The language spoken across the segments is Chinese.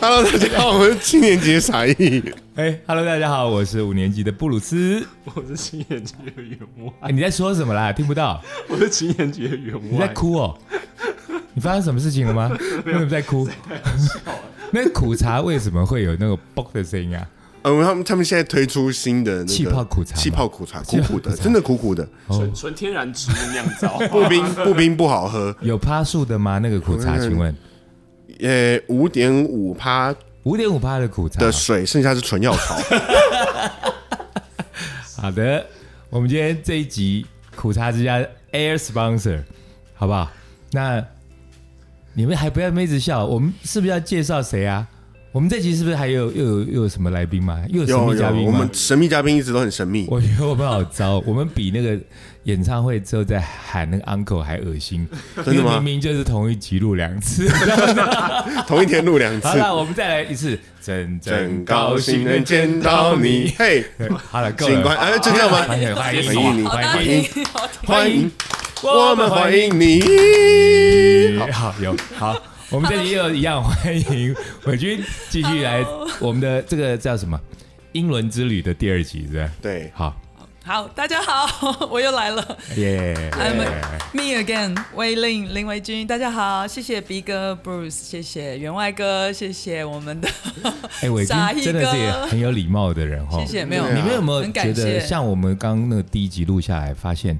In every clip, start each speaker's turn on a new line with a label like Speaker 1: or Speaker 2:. Speaker 1: Hello，大家好，我是七年级的傻义。
Speaker 2: 哎、h e l l o 大家好，我是五年级的布鲁斯。
Speaker 3: 我是青眼局的员外，
Speaker 2: 哎、你在说什么啦？听不到，
Speaker 3: 我是青眼局的员
Speaker 2: 你在
Speaker 3: 外。
Speaker 2: 哭哦？你发生什么事情了吗？为什么在哭？那苦茶为什么会有那个嘣的声音啊？
Speaker 1: 嗯，他们他们现在推出新的那个
Speaker 2: 气泡苦茶吗
Speaker 1: 气泡苦茶，苦苦的，真的苦 苦的，
Speaker 3: 纯纯天然植物酿造，
Speaker 1: 不冰不冰不好喝，
Speaker 2: 有趴树的吗？那个苦茶，请问
Speaker 1: 呃，五点五趴
Speaker 2: 五点五趴的苦茶
Speaker 1: 的。水，剩下是纯药草。
Speaker 2: 好的，我们今天这一集苦茶之家 Air Sponsor，好不好？那你们还不要一直笑，我们是不是要介绍谁啊？我们这集是不是还有又有又有什么来宾吗？又有 神
Speaker 1: 有
Speaker 2: 秘嘉
Speaker 1: 有，
Speaker 2: 宾吗？
Speaker 1: 我们神秘嘉宾一直都很神秘。
Speaker 2: 我觉得我们好糟，我们比那个演唱会之后再喊那个 uncle 还恶心，
Speaker 1: 真的吗
Speaker 2: 因为明明就是同一集录两 次。
Speaker 1: 同一天录两次
Speaker 2: 好，了，我们再来一次，真真
Speaker 1: 真
Speaker 2: 高
Speaker 1: 高
Speaker 2: 兴
Speaker 1: 兴
Speaker 2: 能
Speaker 1: 能
Speaker 2: 见
Speaker 1: 见
Speaker 2: 到
Speaker 1: 到
Speaker 2: 你
Speaker 1: 你。。嘿，
Speaker 2: 好了，够
Speaker 1: 警官，
Speaker 2: 了，
Speaker 1: 哎，就这样吗？
Speaker 2: 欢迎欢迎
Speaker 1: 欢迎你，
Speaker 2: 好
Speaker 1: 欢迎
Speaker 2: 欢迎
Speaker 1: 欢迎，
Speaker 2: 我
Speaker 1: 我
Speaker 2: 们
Speaker 1: 们
Speaker 2: 欢
Speaker 1: 欢
Speaker 2: 迎
Speaker 1: 迎你。
Speaker 2: 好有好，我们这集又一样欢迎伟军继续来
Speaker 4: Hello
Speaker 2: 我们的这个叫什么英伦之旅的第二集，是不是？
Speaker 1: 对，
Speaker 2: 好，
Speaker 4: 好，大家好，我又来了
Speaker 2: 耶、
Speaker 4: ，I'm me again，威令林维君，大家好，谢谢 B 哥 Bruce，谢谢员外哥，谢谢我们的
Speaker 2: 哎，伟军
Speaker 4: 傻一
Speaker 2: 真的是也
Speaker 4: 哥
Speaker 2: 很有礼貌的人哈。
Speaker 4: 谢谢，没有
Speaker 1: 对啊
Speaker 2: 你们有没有
Speaker 4: 很
Speaker 2: 觉
Speaker 4: 感
Speaker 2: 得，
Speaker 4: 谢
Speaker 2: 像我们刚刚那个第一集录下来，发现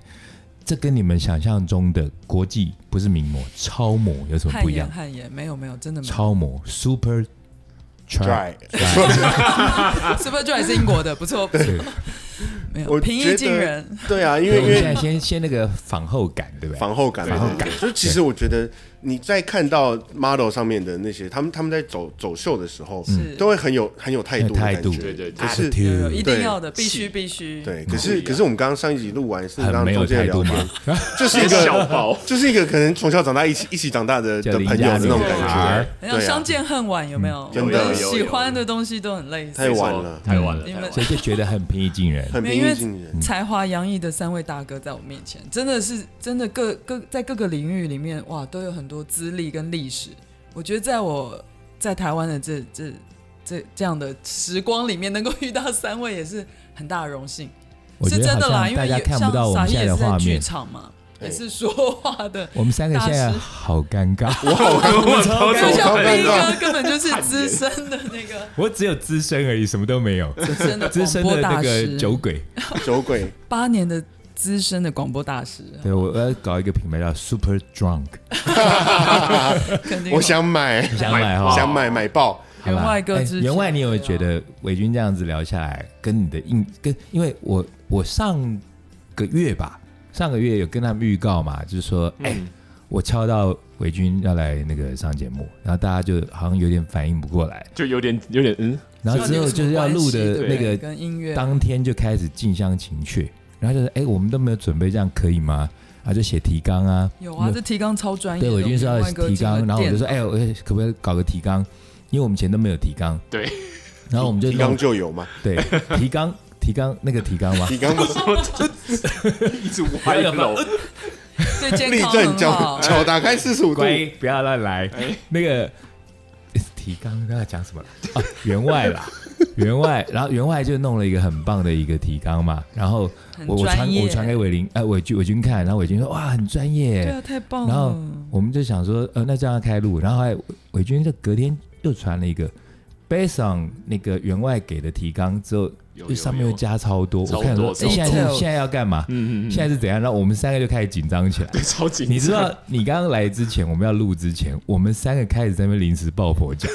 Speaker 2: 这跟你们想象中的国际不是名模超模有什么
Speaker 4: 汗
Speaker 2: 不一样
Speaker 4: 颜？汗颜，没有没有，真的没有。
Speaker 2: 超模 Super Try，
Speaker 1: Dry，
Speaker 4: Super Dry 是英国的，不错，不错
Speaker 2: 对
Speaker 4: 没
Speaker 1: 我
Speaker 4: 有平
Speaker 1: 觉
Speaker 4: 易近
Speaker 1: 得
Speaker 4: 人，
Speaker 1: 对啊，因
Speaker 2: 我
Speaker 1: 为因
Speaker 2: 们现在
Speaker 1: 为
Speaker 2: 先先那个仿后感，对不对？
Speaker 1: 防后感，
Speaker 2: 防后
Speaker 1: 感。就是其实我觉得你在看到 model 上面的那些，他们他们在走走秀的时候，
Speaker 4: 是
Speaker 1: 都会很有很有态度的
Speaker 2: 嗯态
Speaker 1: 感
Speaker 2: 度，
Speaker 1: 觉。
Speaker 3: 对
Speaker 1: 可是
Speaker 2: Attitude
Speaker 4: 有有一定
Speaker 1: 嗯对
Speaker 4: 要的，必
Speaker 3: 气
Speaker 4: 须必须。
Speaker 1: 对，可是
Speaker 3: 嗯
Speaker 1: 可是我们刚刚上一集录完是
Speaker 2: 很
Speaker 1: 让
Speaker 2: 没
Speaker 1: 中
Speaker 2: 有
Speaker 1: 间
Speaker 2: 态度
Speaker 1: 聊
Speaker 2: 嘛
Speaker 1: 天，就是一
Speaker 3: 直笑
Speaker 1: 个
Speaker 3: 爆。
Speaker 1: 就是一个可能从小长大一起一起长大的
Speaker 2: 叫
Speaker 1: 的朋友
Speaker 2: 邻家
Speaker 1: 的那种
Speaker 2: 女
Speaker 1: 感觉，
Speaker 2: 孩
Speaker 4: 然后
Speaker 1: 对啊嗯
Speaker 4: 相见恨晚，有没有？
Speaker 1: 真的
Speaker 4: 我们
Speaker 1: 有
Speaker 3: 有
Speaker 4: 喜
Speaker 3: 有
Speaker 4: 欢的东西都很类似
Speaker 1: 太。晚了，
Speaker 3: 太晚了，
Speaker 4: 你
Speaker 3: 太晚
Speaker 4: 们
Speaker 3: 了。
Speaker 2: 所以就觉得很平易近人。
Speaker 1: 很
Speaker 4: 没
Speaker 1: 平
Speaker 4: 有因
Speaker 1: 易
Speaker 4: 为
Speaker 1: 近
Speaker 2: 嗯
Speaker 1: 人。
Speaker 4: 才华洋溢的三位大哥在我面前，真的是真的各各在各个领域里面，哇，都有很多资历跟历史。我觉得在我在台湾的这这这这样的时光里面，能够遇到三位也是很大的荣幸，
Speaker 2: 我觉
Speaker 4: 是
Speaker 2: 得
Speaker 4: 真
Speaker 2: 好
Speaker 4: 的啦，
Speaker 2: 像
Speaker 4: 因
Speaker 2: 大
Speaker 4: 为
Speaker 2: 家
Speaker 4: 有
Speaker 2: 看
Speaker 4: 像
Speaker 2: 不到我
Speaker 4: 傻
Speaker 2: 们
Speaker 4: 义
Speaker 2: 现在的
Speaker 4: 也是
Speaker 2: 画
Speaker 4: 剧
Speaker 2: 面，
Speaker 4: 场嘛，
Speaker 1: 对
Speaker 4: 也是说话的。
Speaker 2: 我们三个现在
Speaker 4: 大师
Speaker 2: 好尴尬。
Speaker 1: 我好尴尬，
Speaker 3: 我超
Speaker 4: 没有像
Speaker 1: 我刚刚
Speaker 4: B 哥根本就是资深的那个
Speaker 2: 我只有资深而已，什么都没有。
Speaker 4: 资深的
Speaker 2: 资
Speaker 4: 广
Speaker 2: 深
Speaker 4: 播
Speaker 2: 的
Speaker 4: 大
Speaker 2: 那
Speaker 4: 师
Speaker 2: 个，酒鬼，
Speaker 1: 酒鬼，
Speaker 4: 八年的资深的广播大师，
Speaker 2: 对我要搞一个品牌叫 Super Drunk，
Speaker 4: 肯定
Speaker 1: 我想 买，
Speaker 2: 你想买哈？
Speaker 1: 想买买爆，
Speaker 2: 好吧
Speaker 4: 员外哥
Speaker 2: 哎
Speaker 4: 之前
Speaker 2: 员外，你有没有
Speaker 4: 对啊
Speaker 2: 觉得伟军这样子聊下来，跟你的印跟，因为我我上个月吧，上个月有跟他们预告嘛，就是说，
Speaker 4: 嗯
Speaker 2: 哎、我敲到伟军要来那个上节目，然后大家就好像有点反应不过来，
Speaker 3: 就有点有点嗯，
Speaker 2: 然后之后就是要录的那
Speaker 4: 对
Speaker 2: 个
Speaker 4: 跟音乐啊
Speaker 2: 当天就开始近乡情怯，然后就是，哎、我们都没有准备，这样可以吗？然后就写提纲啊，
Speaker 4: 有啊，这提纲超专业
Speaker 2: 对，
Speaker 4: 的。
Speaker 2: 我
Speaker 4: 我
Speaker 2: 已经是要
Speaker 4: 们外哥
Speaker 2: 提
Speaker 4: 进了
Speaker 2: 纲，然后我就
Speaker 4: 店
Speaker 2: 说，哎、我可不可以搞个提纲？因为我们以前都没有提纲，
Speaker 3: 对，
Speaker 2: 然后我们就
Speaker 1: 提
Speaker 2: 弄
Speaker 1: 纲就有嘛，
Speaker 2: 对 提纲提纲那个提纲吗？
Speaker 1: 提纲不是
Speaker 3: 我就一直歪楼，
Speaker 4: 对啊 健
Speaker 1: 立
Speaker 4: 康
Speaker 1: 正
Speaker 4: 很
Speaker 1: 脚
Speaker 4: 好，
Speaker 1: 脚打开四十五度，
Speaker 2: 乖，不要乱来。
Speaker 1: 哎
Speaker 2: 那个提纲刚才讲什么了？啊，员外啦， 员外，然后员外就弄了一个很棒的一个提纲嘛，然后
Speaker 4: 很
Speaker 2: 我我传
Speaker 4: 专业
Speaker 2: 我传给伟林，哎、伟军伟军看，然后伟军说哇，很专业。
Speaker 4: 对啊，太棒
Speaker 2: 然后
Speaker 4: 了。
Speaker 2: 我们就想说，呃，那这样要开录，然后后来伟军就隔天又传了一个，based on 那个员外给的提纲之后，
Speaker 3: 有
Speaker 2: 又上面又，加超多，
Speaker 3: 超
Speaker 2: 我看说
Speaker 3: 多
Speaker 2: 哎现在是
Speaker 4: details
Speaker 2: 现在要干嘛？
Speaker 3: 有嗯嗯嗯，
Speaker 2: 现在是怎样？然后我们三个就开始紧张 起来。
Speaker 3: 对超紧张，
Speaker 2: 呃你知道，你刚刚来之前，我们要录之前，我们三个开始在那边临时抱佛脚，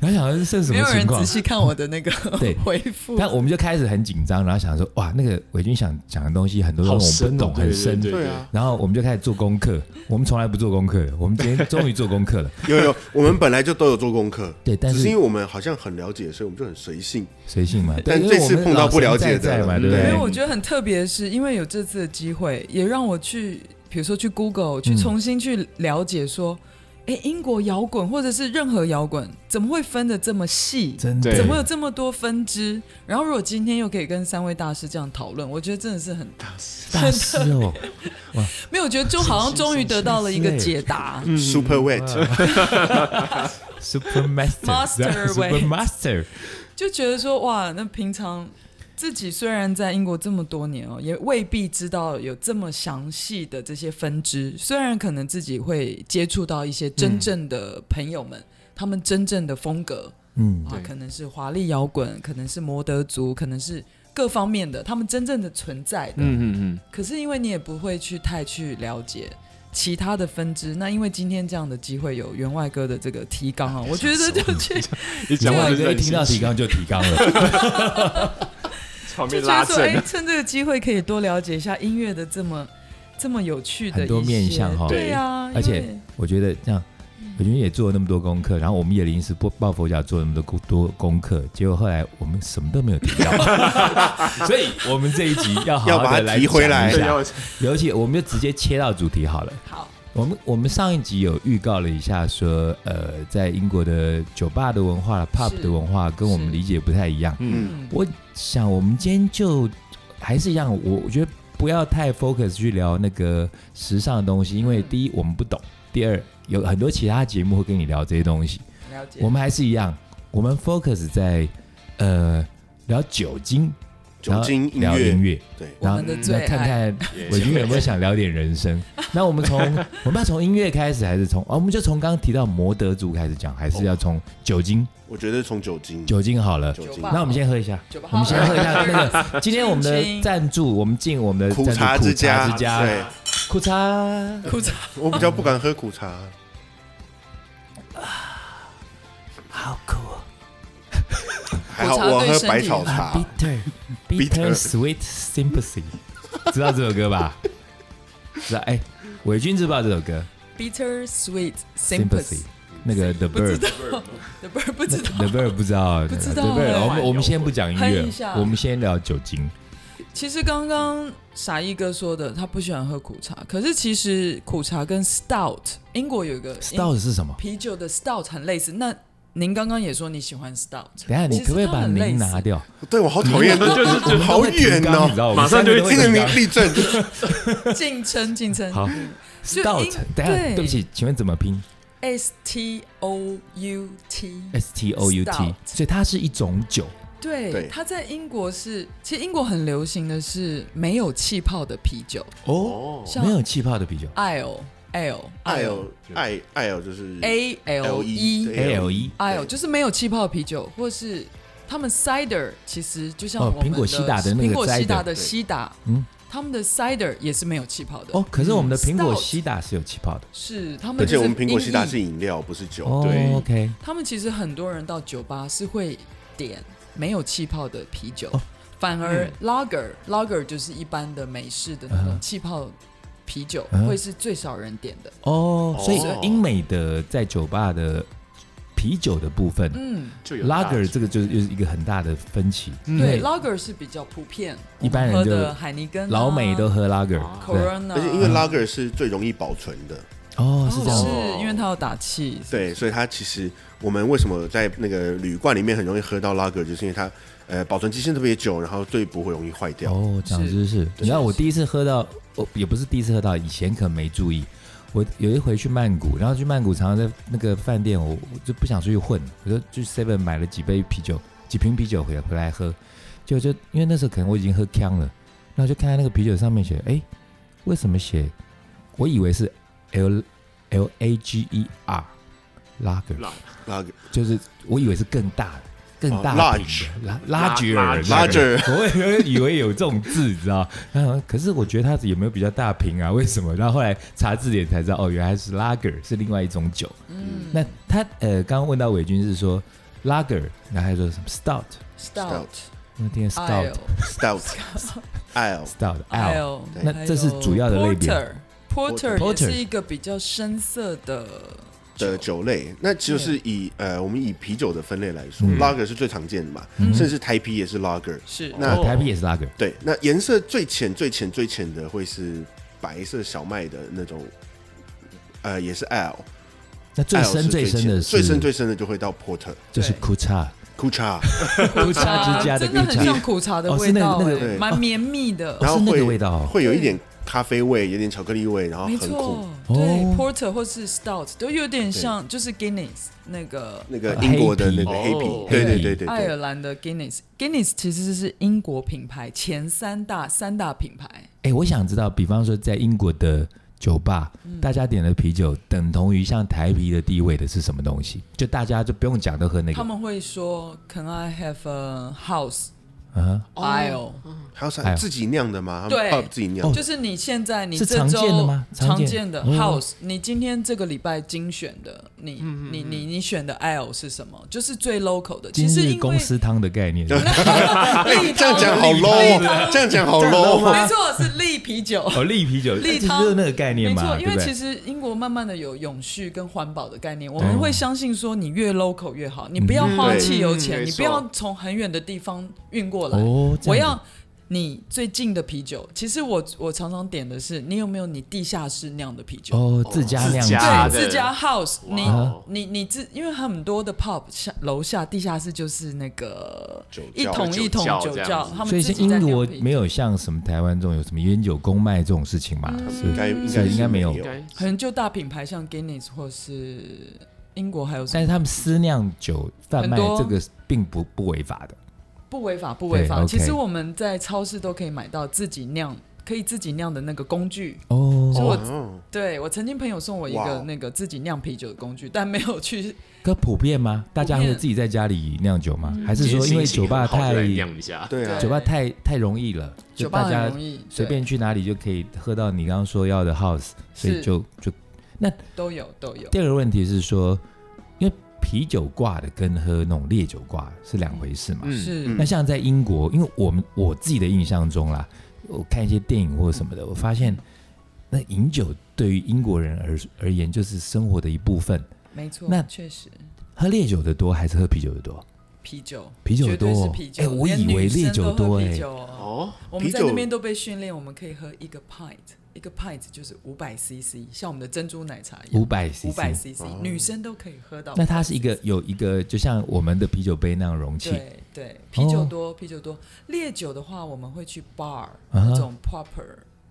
Speaker 2: 然后想说这是什
Speaker 4: 没
Speaker 2: 么
Speaker 4: 有
Speaker 2: 情
Speaker 4: 人
Speaker 2: 况
Speaker 4: 仔？细看我的那个
Speaker 2: 对
Speaker 4: 回复。
Speaker 2: 但我们就开始很紧张，然后想说哇，那个伟军想讲的东西很多
Speaker 3: 好
Speaker 2: 东西我
Speaker 3: 深
Speaker 2: 们不
Speaker 3: 哦
Speaker 2: 懂，很深。
Speaker 3: 对
Speaker 1: 对啊，
Speaker 2: 然后我们就开始做功课，我们从来不做功课的，我们今天终于做功 课了。
Speaker 1: 有有，我们本来就都有做功课，
Speaker 2: 对，但
Speaker 1: 只是因
Speaker 2: 是
Speaker 1: 为我们好像很了解，所以我们就很随性。
Speaker 2: 随性嘛，
Speaker 1: 但
Speaker 2: 对因为
Speaker 1: 这次
Speaker 2: 我们
Speaker 1: 碰到不了解的
Speaker 2: 老神在在嘛，
Speaker 1: 嗯
Speaker 2: 对不
Speaker 4: 因
Speaker 2: 对
Speaker 4: 为？我觉得很特别，是因为有这次的机会，也让我去，比如说去 Google 去
Speaker 2: 嗯
Speaker 4: 重新去了解说，哎、英国摇滚或者是任何摇滚怎么会分的这么细？
Speaker 2: 真的
Speaker 3: 对
Speaker 4: 怎么会有这么多分支？然后如果今天又可以跟三位大师这样讨论，我觉得真的是很
Speaker 2: 大师哦，
Speaker 4: 没有，我觉得就好像终于得到了一个
Speaker 2: 是是是
Speaker 4: 解答。
Speaker 2: 嗯
Speaker 1: Super wet，
Speaker 2: Super
Speaker 4: Master
Speaker 2: Master，Super
Speaker 4: way
Speaker 2: Master，
Speaker 4: 就觉得说哇，那平常自己虽然在英国这么多年哦，也未必知道有这么详细的这些分支。虽然可能自己会接触到一些真正的朋友们，他们真正的风格
Speaker 2: 嗯，
Speaker 4: 啊
Speaker 3: 对，
Speaker 4: 可能是华丽摇滚，可能是摩德族，可能是各方面的，他们真正的存在的。
Speaker 3: 嗯嗯
Speaker 4: 可是因为你也不会去太去了解。其他的分支，那因为今天这样的机会有员外哥的这个提纲
Speaker 3: 哎
Speaker 4: 啊，我觉得就去
Speaker 3: 嗯，你讲话
Speaker 2: 我
Speaker 3: 就
Speaker 2: 一听到提纲就提纲 了，
Speaker 3: 旁
Speaker 4: 就
Speaker 3: 边
Speaker 4: 觉
Speaker 3: 拉
Speaker 4: 得说，哎、
Speaker 3: 正，
Speaker 4: 趁这个机会可以多了解一下音乐的这么这么有趣的
Speaker 2: 很多
Speaker 4: 一些
Speaker 2: 面向哈
Speaker 4: 对啊，
Speaker 2: 而且
Speaker 4: 因为
Speaker 2: 我觉得这样。我觉得也做了那么多功课，然后我们也临时抱抱佛脚做了那么多功多功课，结果后来我们什么都没有提 到，所以我们这一集要好
Speaker 1: 要
Speaker 2: 好
Speaker 1: 把它
Speaker 2: 的来
Speaker 1: 提回来
Speaker 2: 讲一
Speaker 3: 对，
Speaker 2: 下
Speaker 3: 要
Speaker 2: 尤其我们就直接切到主题好了。
Speaker 4: 好，
Speaker 2: 我们我们上一集有预告了一下说，呃，在英国的酒吧的文化、pub 的文化跟我们
Speaker 4: 是
Speaker 2: 理解不太一样。
Speaker 3: 嗯，
Speaker 4: 嗯，
Speaker 2: 我想我们今天就还是一样，我我觉得不要太 focus 去聊那个时尚的东西，因为
Speaker 4: 嗯
Speaker 2: 第一我们不懂，第二有很多其他节目会跟你聊这些东西。
Speaker 4: 了解，
Speaker 2: 我们还是一样，我们 focus 在呃聊酒精、
Speaker 1: 酒精音
Speaker 2: 然后聊音
Speaker 1: 乐，
Speaker 2: 乐，
Speaker 1: 对，
Speaker 4: 我
Speaker 2: 然后
Speaker 4: 们的
Speaker 2: 那
Speaker 4: 最
Speaker 2: 看
Speaker 4: 爱，
Speaker 2: 看伟军有没有想聊点人生？那我们从我们要从音乐开始，还是从、哦、我们就从刚刚提到摩德族开始讲，还是要从酒精
Speaker 1: 我觉得从酒精，
Speaker 2: 酒精好了？
Speaker 1: 嗯酒
Speaker 4: 酒
Speaker 1: 精
Speaker 4: 吧
Speaker 2: 那我们先喝一下。
Speaker 4: 酒吧
Speaker 2: 我
Speaker 4: 好
Speaker 2: 们先
Speaker 4: 了，
Speaker 2: 喝一下那个，今天我们的赞助，我们进我们的
Speaker 1: 苦
Speaker 2: 赞助
Speaker 1: 茶之家，
Speaker 2: 苦茶之家，
Speaker 1: 对，
Speaker 2: 苦茶，
Speaker 4: 裤子
Speaker 1: 我比较不敢喝苦茶，
Speaker 2: 好苦
Speaker 1: 还好我
Speaker 4: 哦苦茶对
Speaker 1: 喝白
Speaker 4: 身体
Speaker 1: 草
Speaker 2: 啊
Speaker 1: 茶。
Speaker 2: ，bitter bitter sweet sympathy，知道这首歌吧？知道哎，伟君知不知道这首歌
Speaker 4: bitter sweet
Speaker 2: ？sympathy
Speaker 4: sympathy，
Speaker 2: 那个 The
Speaker 4: 不知
Speaker 2: Bird。
Speaker 4: 道，对 不是不知道，
Speaker 2: The Bird 不知道，
Speaker 4: 不知道
Speaker 2: The Bird，
Speaker 4: 哎
Speaker 2: 我们我们先不讲音
Speaker 4: 哼一
Speaker 2: 乐，
Speaker 4: 下
Speaker 2: 我们先聊酒精。
Speaker 4: 其实刚刚傻一哥说的，他不喜欢喝苦茶，可是其实苦茶跟 stout，英国有一个
Speaker 2: Stout 是什么？
Speaker 4: 啤酒的 stout 很类似，那。您刚刚也说你喜欢 stout，
Speaker 2: 等一下你
Speaker 4: 其实
Speaker 2: 可不可以
Speaker 4: 它
Speaker 2: 把
Speaker 4: 很类
Speaker 2: 您
Speaker 4: 似
Speaker 2: 拿掉？
Speaker 1: 对我好讨 厌，
Speaker 3: 就是
Speaker 2: 我
Speaker 1: 我
Speaker 2: 们都
Speaker 1: 好
Speaker 2: 会提
Speaker 1: 远
Speaker 2: 纲你知
Speaker 1: 哦。
Speaker 2: 道吗？
Speaker 3: 马上就会
Speaker 2: 我们
Speaker 1: 这个
Speaker 2: 三都会
Speaker 1: 你
Speaker 2: 提纲
Speaker 1: 立正，
Speaker 4: 竞争竞争嗯
Speaker 2: 好
Speaker 4: 就
Speaker 2: ，Stout，
Speaker 4: 因
Speaker 2: 等一下，
Speaker 4: 对
Speaker 2: 对不起，请问怎么拼
Speaker 4: S T O U T，
Speaker 2: ？S T O U T，
Speaker 4: Stout
Speaker 2: 所以它是一种酒，
Speaker 1: 对
Speaker 4: 对，它在英国是，其实英国很流行的是没有气泡的啤酒，
Speaker 2: 哦，
Speaker 4: 像
Speaker 2: 没有气泡的啤酒
Speaker 4: ale ale
Speaker 1: 爱尔爱爱哦尔就是
Speaker 4: a l e
Speaker 1: Ale
Speaker 2: ，L E
Speaker 4: ale 就是没有气泡的啤酒，或是他们 cider 其实就像
Speaker 2: 哦
Speaker 4: 我们
Speaker 2: 苹
Speaker 4: 的
Speaker 2: 果西打的那个
Speaker 4: 苹果西打
Speaker 2: cider，
Speaker 4: 的西打，
Speaker 2: 嗯
Speaker 4: 嗯，他们的 cider 也是没有气泡的，
Speaker 2: 哦，可是我们的苹果
Speaker 4: Stout
Speaker 2: 西打是有气泡的，
Speaker 4: 是他们
Speaker 1: 而且
Speaker 4: 就是音译，
Speaker 1: 我们苹果西达是饮料，不是酒。
Speaker 2: 哦
Speaker 3: 对
Speaker 2: ，OK，
Speaker 4: 他们其实很多人到酒吧是会点没有气泡的啤酒，
Speaker 2: 哦
Speaker 4: 反而
Speaker 3: 嗯
Speaker 4: lager、lager 就是一般的美式的那
Speaker 2: 嗯
Speaker 4: 种气泡啤酒，
Speaker 2: 嗯
Speaker 4: 会是最少人点的。
Speaker 2: 哦，
Speaker 1: 哦
Speaker 2: 所以英美的在酒吧的啤酒的部分
Speaker 4: 嗯，
Speaker 3: 就有辣
Speaker 2: ，Lager 这个就是又是一个很大的分歧，因
Speaker 4: 对
Speaker 2: 为
Speaker 4: ，lager 是比较普遍，
Speaker 2: 嗯一般人
Speaker 4: 我们
Speaker 2: 就
Speaker 4: 喝的海尼根、啊
Speaker 2: 老美都。喝 Lager，
Speaker 3: 哦
Speaker 2: 对，
Speaker 4: Corona，啊
Speaker 1: 而且因为 lager 是最容易保存的，
Speaker 2: 哦，
Speaker 4: 哦
Speaker 2: 是这样
Speaker 4: 是
Speaker 2: 子，
Speaker 4: 因为它有打气，
Speaker 1: 对，所以它其实我们为什么在那个旅馆里面很容易喝到 lager，就是因为它呃保存期限特别久，然后最不会容易坏掉。
Speaker 2: 哦，长知识。你知道我第一次喝到，哦，也不是第一次喝到，以前可能没注意。我有一回去曼谷，然后去曼谷常常在那个饭店，我我就不想出去混，我就去 Seven 买了几杯啤酒，几瓶啤酒回来回来喝，就就因为那时候可能我已经喝呛了，然后就看到那个啤酒上面写，哎，为什么写？我以为是 L L A G E R Lager，
Speaker 3: 辣
Speaker 1: lager
Speaker 2: 就是我以为是更大的、更大
Speaker 1: 哦
Speaker 2: 的瓶的、拉拉
Speaker 3: 拉
Speaker 2: 举尔、
Speaker 3: 拉
Speaker 1: 拉举尔
Speaker 2: 我也以为有这种字，你知道？然后可是我觉得它有没有比较大瓶啊？为什么？然后后来查字典才知道，哦，原来是 lager 是另外一种酒。
Speaker 4: 嗯，
Speaker 2: 那他呃，刚刚问到伟军是说 lager，然后还说什么 stout，
Speaker 4: stout
Speaker 2: 我们听 stout
Speaker 4: ale
Speaker 1: stout ale
Speaker 2: stout ale，
Speaker 4: ale，
Speaker 1: 对
Speaker 2: 那
Speaker 4: 还有
Speaker 2: 这是主要的类别
Speaker 4: porter porter 也
Speaker 2: Porter
Speaker 4: 是一个比较深色的
Speaker 1: 的酒类，那就是以呃我们以啤酒的分类来说
Speaker 2: 嗯
Speaker 1: ，lager 是最常见的嘛，
Speaker 2: 嗯
Speaker 1: 甚至台啤也是 lager。
Speaker 4: 是
Speaker 1: 那
Speaker 2: 哦台啤也是 lager，
Speaker 1: 对，那颜色最浅、最浅、最浅的会是白色小麦的那种，呃，也是 ale。
Speaker 2: 那最
Speaker 1: ale 是
Speaker 2: 深
Speaker 1: 最
Speaker 2: 深
Speaker 1: 浅
Speaker 2: 的是
Speaker 1: 最深最深的就会到 porter
Speaker 2: 就是 c
Speaker 4: 对
Speaker 2: u c h a
Speaker 1: c u c h a
Speaker 2: c u c h a 之家的
Speaker 4: 啊真
Speaker 2: c u
Speaker 4: 的
Speaker 2: c
Speaker 4: 很
Speaker 2: h
Speaker 4: 像
Speaker 2: a
Speaker 4: 苦茶的
Speaker 2: 哦
Speaker 4: 味
Speaker 2: 是那个
Speaker 4: 道，
Speaker 2: 那个
Speaker 4: 哎
Speaker 1: 对
Speaker 4: 蛮绵密的，
Speaker 1: 然后
Speaker 2: 是那
Speaker 1: 会
Speaker 2: 个味道哦，
Speaker 1: 会有一点咖啡味，有点巧克力味，然后
Speaker 4: 没
Speaker 1: 很苦
Speaker 4: 错。，
Speaker 2: 很苦
Speaker 4: 对
Speaker 2: 哦
Speaker 4: porter 或是 stout 都有点像，就是 Guinness 那个
Speaker 1: 那个
Speaker 2: 呃
Speaker 1: 英国的那个
Speaker 3: 黑
Speaker 1: 黑
Speaker 3: 啤
Speaker 1: 啤
Speaker 3: 哦，
Speaker 1: 对对
Speaker 2: 黑啤
Speaker 1: 对对
Speaker 4: 爱尔
Speaker 1: 对，
Speaker 4: 兰的 Guinness。Guinness 其实是英国品牌前三大三大品牌，
Speaker 2: 哎，我想知道，比方说在英国的酒吧，
Speaker 4: 嗯
Speaker 2: 大家点的啤酒等同于像台啤的地位的是什么东西？就大家就不用讲，都喝那
Speaker 4: 他
Speaker 2: 个。
Speaker 4: 们会说 Can I have a house
Speaker 2: 啊，
Speaker 4: ale？
Speaker 1: 还有啥
Speaker 2: 还有
Speaker 1: 自己酿的吗？
Speaker 4: 哎对
Speaker 1: 哦他们 pub 自己
Speaker 2: 哦
Speaker 1: 酿的，
Speaker 4: 就是你现在你
Speaker 2: 是
Speaker 4: 这
Speaker 2: 常
Speaker 4: 周
Speaker 2: 见的吗常
Speaker 4: 常
Speaker 2: 见
Speaker 4: 见的
Speaker 2: 哦
Speaker 4: house，你今天这个礼拜精选的，你你你你选的 ale 是什么？就是最 local 的。
Speaker 2: 嗯今
Speaker 4: 其实
Speaker 2: 日
Speaker 4: 因为
Speaker 2: 公司汤的概念。
Speaker 1: 哎， 这样 讲好
Speaker 4: 立
Speaker 1: low，哦这样讲好 low 哦。
Speaker 4: 没错，是利啤酒。
Speaker 2: 哦，利啤酒，
Speaker 4: 利
Speaker 2: 这
Speaker 4: 汤
Speaker 2: 就是那个概念
Speaker 4: 没
Speaker 2: 嘛，
Speaker 4: 错，
Speaker 2: 对
Speaker 4: 因
Speaker 2: 不
Speaker 4: 为
Speaker 2: 对
Speaker 4: 其？实英国慢慢的有永续跟环保的概念，我们
Speaker 2: 对
Speaker 4: 会相信说你越 local 越好，你不要
Speaker 1: 嗯
Speaker 4: 花
Speaker 1: 对
Speaker 4: 汽油
Speaker 3: 嗯
Speaker 4: 钱，
Speaker 3: 没
Speaker 4: 你
Speaker 3: 错
Speaker 4: 不要从很远的地方运过来。
Speaker 2: 哦，这
Speaker 4: 我
Speaker 2: 样
Speaker 4: 要你最近的啤酒。其实我我常常点的是，你有没有你地下室酿的啤
Speaker 2: 子
Speaker 4: 酒？
Speaker 2: 哦，自家
Speaker 3: 自
Speaker 2: 酿
Speaker 3: 家
Speaker 2: 制
Speaker 3: 的
Speaker 4: 对，自家 house，你
Speaker 3: 哇哦
Speaker 4: 你你自，因为很多的 pub 下楼下地下室就是那个
Speaker 1: 酒窖
Speaker 4: 一桶一桶
Speaker 3: 酒窖
Speaker 4: 酒
Speaker 3: 这样
Speaker 4: 窖
Speaker 3: 子，
Speaker 4: 他们
Speaker 2: 所以
Speaker 4: 自
Speaker 2: 是
Speaker 4: 己在
Speaker 2: 英
Speaker 4: 酿
Speaker 2: 国
Speaker 4: 啤酒
Speaker 2: 没有像什么台湾这种有什么烟酒公卖这种事情嘛？
Speaker 4: 嗯
Speaker 2: 是
Speaker 1: 应该应该
Speaker 2: 是应该没有
Speaker 1: 是
Speaker 3: 应该
Speaker 4: 可能就大品牌像 Guinness 或是英国还有什
Speaker 2: 但
Speaker 4: 么
Speaker 2: 是他们私酿酒贩卖
Speaker 4: 很多
Speaker 2: 这个并不不违法的，
Speaker 4: 不违法不违法。
Speaker 2: 对
Speaker 4: 其实
Speaker 2: OK
Speaker 4: 我们在超市都可以买到自己酿，可以自己酿的那个工具。所以
Speaker 2: 哦。
Speaker 4: 我、
Speaker 1: 哦，
Speaker 4: 对我曾经朋友送我一
Speaker 1: 哇
Speaker 4: 个
Speaker 1: 哦
Speaker 4: 那个自己酿啤酒的工具，但没有去
Speaker 2: 可普遍吗？大家会
Speaker 4: 遍
Speaker 2: 自己在家里酿酒吗？还是说因为酒吧
Speaker 3: 嗯今天心情很好
Speaker 2: 太
Speaker 3: 就来酿一下，
Speaker 1: 对啊
Speaker 4: 对，
Speaker 2: 酒吧太太容易了，就
Speaker 4: 酒吧
Speaker 2: 大
Speaker 4: 很
Speaker 2: 家
Speaker 4: 容易
Speaker 2: 随便去哪里就可以喝到你刚刚说要的 house，所以
Speaker 4: 是
Speaker 2: 就就
Speaker 4: 对都有都有。
Speaker 2: 第二个问题是说，因为啤酒挂的跟喝那种烈酒挂是两回事嘛。
Speaker 1: 嗯
Speaker 4: 是
Speaker 1: 嗯
Speaker 2: 那像在英国，因为我们我自己的印象中啦，我看一些电影或什么的，我发现那饮酒对于英国人而而言就是生活的一部分。
Speaker 4: 没错，
Speaker 2: 那
Speaker 4: 确实
Speaker 2: 喝烈酒的多还是喝啤酒的多？
Speaker 4: 啤酒
Speaker 2: 啤酒
Speaker 4: 绝
Speaker 2: 多
Speaker 4: 对
Speaker 2: 哦
Speaker 4: 是啤酒。
Speaker 2: 哎我
Speaker 4: 连
Speaker 2: 以为
Speaker 4: 女生
Speaker 2: 烈酒
Speaker 4: 都喝
Speaker 2: 多
Speaker 4: 啤
Speaker 2: 哎
Speaker 4: 酒哦
Speaker 3: 哦，
Speaker 4: 我们在
Speaker 1: 啤酒
Speaker 4: 那边都被训练，我们可以喝一个 pint，一个 pint 就是五百 CC，像我们的珍珠奶茶一样
Speaker 2: 五。百
Speaker 4: 五百
Speaker 2: CC。
Speaker 4: CC，女生都可以喝到500 cc。
Speaker 2: 那它是一个有一个，就像我们的啤酒杯那样容器，
Speaker 4: 对对，啤酒多，啤酒多。烈酒的话，我们会去 bar
Speaker 2: 哦啊哈
Speaker 4: 那种 proper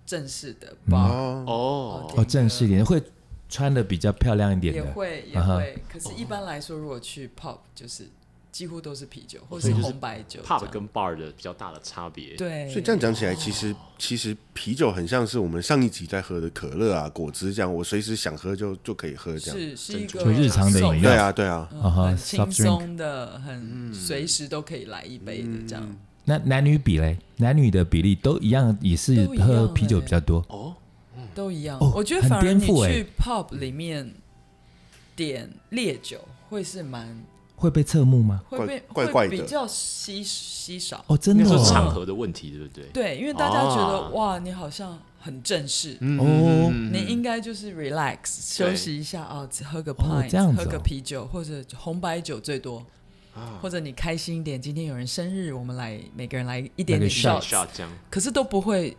Speaker 4: 正式的
Speaker 2: 嗯
Speaker 4: bar，
Speaker 1: 哦，
Speaker 3: 哦，
Speaker 2: 哦，正式一点，会穿的比较漂亮一点
Speaker 4: 也
Speaker 2: 的，
Speaker 4: 会也
Speaker 2: 啊哈
Speaker 4: 会。可是，一般来说，如果去 pub，就是几乎都是啤酒或
Speaker 3: 所
Speaker 4: 是
Speaker 3: 以就是
Speaker 4: 红白酒这样。
Speaker 3: pub 跟 bar 的比较大的差别，
Speaker 4: 对，
Speaker 1: 所以这样讲起来，其实其实啤酒很像是我们上一集在喝的可乐啊、果汁这样，我随时想喝就就可以喝这样。
Speaker 4: 是是一个
Speaker 2: 就日常的饮料
Speaker 1: 对啊，对啊，
Speaker 4: 嗯
Speaker 2: 啊哈
Speaker 4: 很
Speaker 2: soft
Speaker 4: 轻松的，很随时都可以来一杯的这样。
Speaker 2: 那男女比嘞？男女的比例都一样，也是
Speaker 4: 都一样
Speaker 2: 喝啤酒比较多。
Speaker 3: 哦，
Speaker 4: 都一样。
Speaker 2: 哦
Speaker 4: 我觉得
Speaker 2: 很
Speaker 4: 反而
Speaker 2: 颠
Speaker 4: 你
Speaker 2: 覆欸
Speaker 4: 去 pub 里面点烈酒会是蛮
Speaker 2: 会被侧目吗？
Speaker 4: 会被
Speaker 1: 怪怪
Speaker 4: 会
Speaker 1: 的
Speaker 4: 比较稀稀少。
Speaker 2: 哦，真
Speaker 3: 那
Speaker 2: 的
Speaker 3: 时
Speaker 2: 哦
Speaker 3: 候场合的问题，对不对？
Speaker 4: 对，因为大家觉得、
Speaker 3: 啊
Speaker 4: 哇，你好像很正式，
Speaker 1: 嗯
Speaker 2: 哦，
Speaker 3: 嗯
Speaker 4: 你应该就是 relax
Speaker 3: 对
Speaker 4: 休息一下啊，只喝个 pint，、
Speaker 2: 这样子哦
Speaker 4: 喝个啤酒或者红白酒最多。
Speaker 1: 啊
Speaker 4: 或者你开心一点，今天有人生日，我们来每个人来一点
Speaker 2: 来个
Speaker 4: 点
Speaker 2: shot
Speaker 4: shots
Speaker 3: 下降，
Speaker 4: 可是都不会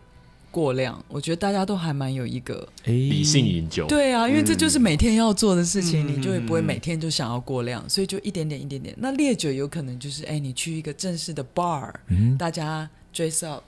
Speaker 4: 过量。我觉得大家都还蛮有一个
Speaker 2: 哎，
Speaker 3: 理性饮酒，
Speaker 4: 对啊，因为这
Speaker 2: 嗯
Speaker 4: 就是每天要做的事情，你就也不会每天就想要过量，所以就一点点一点点。那烈酒有可能就是，哎，你去一个正式的 bar，、大
Speaker 2: 嗯
Speaker 4: 家 dress up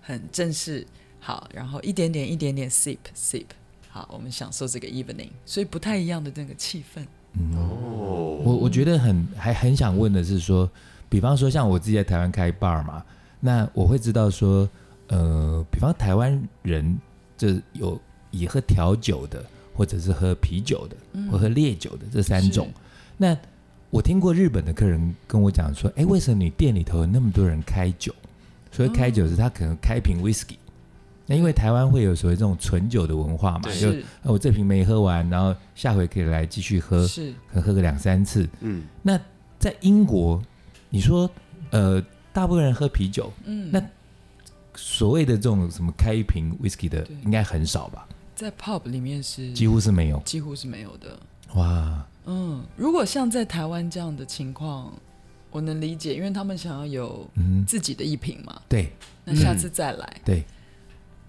Speaker 4: 很正式，好，然后一点点一点点 sip sip，好，我们享受这个 evening，所以不太一样的那个气氛。
Speaker 2: 我我觉得很还很想问的是说，比方说像我自己在台湾开 bar 嘛，那我会知道说，呃，比方台湾人这有以喝调酒的，或者是喝啤酒的，或喝烈酒的这三种
Speaker 4: 是。
Speaker 2: 那我听过日本的客人跟我讲说，哎，为什么你店里头有那么多人开酒？所以开酒是他可能开瓶 whisky。那因为台湾会有所谓这种纯酒的文化嘛，
Speaker 3: 对
Speaker 2: 就是呃我这瓶没喝完，然后下回可以来继续喝，
Speaker 4: 是，
Speaker 2: 可能喝个两三次。
Speaker 1: 嗯，
Speaker 2: 那在英国，你说呃，大部分人喝啤酒，
Speaker 4: 嗯，
Speaker 2: 那所谓的这种什么开一瓶 whisky 的
Speaker 4: 对，嗯
Speaker 2: 应该很少吧？
Speaker 4: 在 pub 里面是
Speaker 2: 几乎是没有。
Speaker 4: 几乎是没有的。
Speaker 2: 哇，
Speaker 4: 嗯，如果像在台湾这样的情况，我能理解，因为他们想要有
Speaker 2: 嗯，
Speaker 4: 自己的一瓶嘛，
Speaker 2: 对
Speaker 4: 那下次再来，
Speaker 2: 对，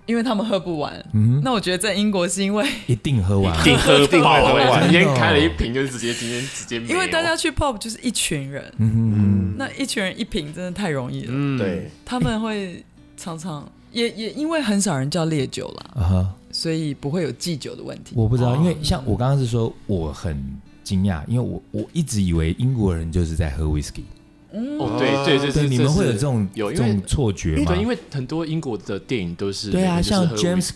Speaker 4: 因为他们喝不完。
Speaker 2: 嗯，
Speaker 4: 那我觉得在英国是因为
Speaker 2: 一定喝完。
Speaker 3: 定喝爆
Speaker 1: 定喝
Speaker 3: 了，
Speaker 1: 完
Speaker 3: 今天开了一瓶就是直接今天直接没有，
Speaker 4: 因为大家去 pub 就是一群人，
Speaker 2: 嗯哼嗯
Speaker 4: 那一群人一瓶真的太容易了，
Speaker 3: 嗯
Speaker 1: 对，
Speaker 4: 他们会常常也也因为很少人叫烈酒啦，
Speaker 2: 啊哈，
Speaker 4: 所以不会有忌酒的问题。
Speaker 2: 我不知道，
Speaker 3: 哦
Speaker 2: 因为像我刚刚是说我很惊讶，因为我我一直以为英国人就是在喝 whisky，
Speaker 3: 哦对对对
Speaker 2: 对，你们会有这
Speaker 3: 种。
Speaker 2: 种
Speaker 3: 有
Speaker 2: 这
Speaker 3: 因为
Speaker 2: 种错觉
Speaker 3: 因
Speaker 2: 吗
Speaker 3: 为？因为很多英国的电影都是
Speaker 2: 对啊，
Speaker 3: 就是
Speaker 2: 像
Speaker 3: 喝 whisky 啊
Speaker 2: James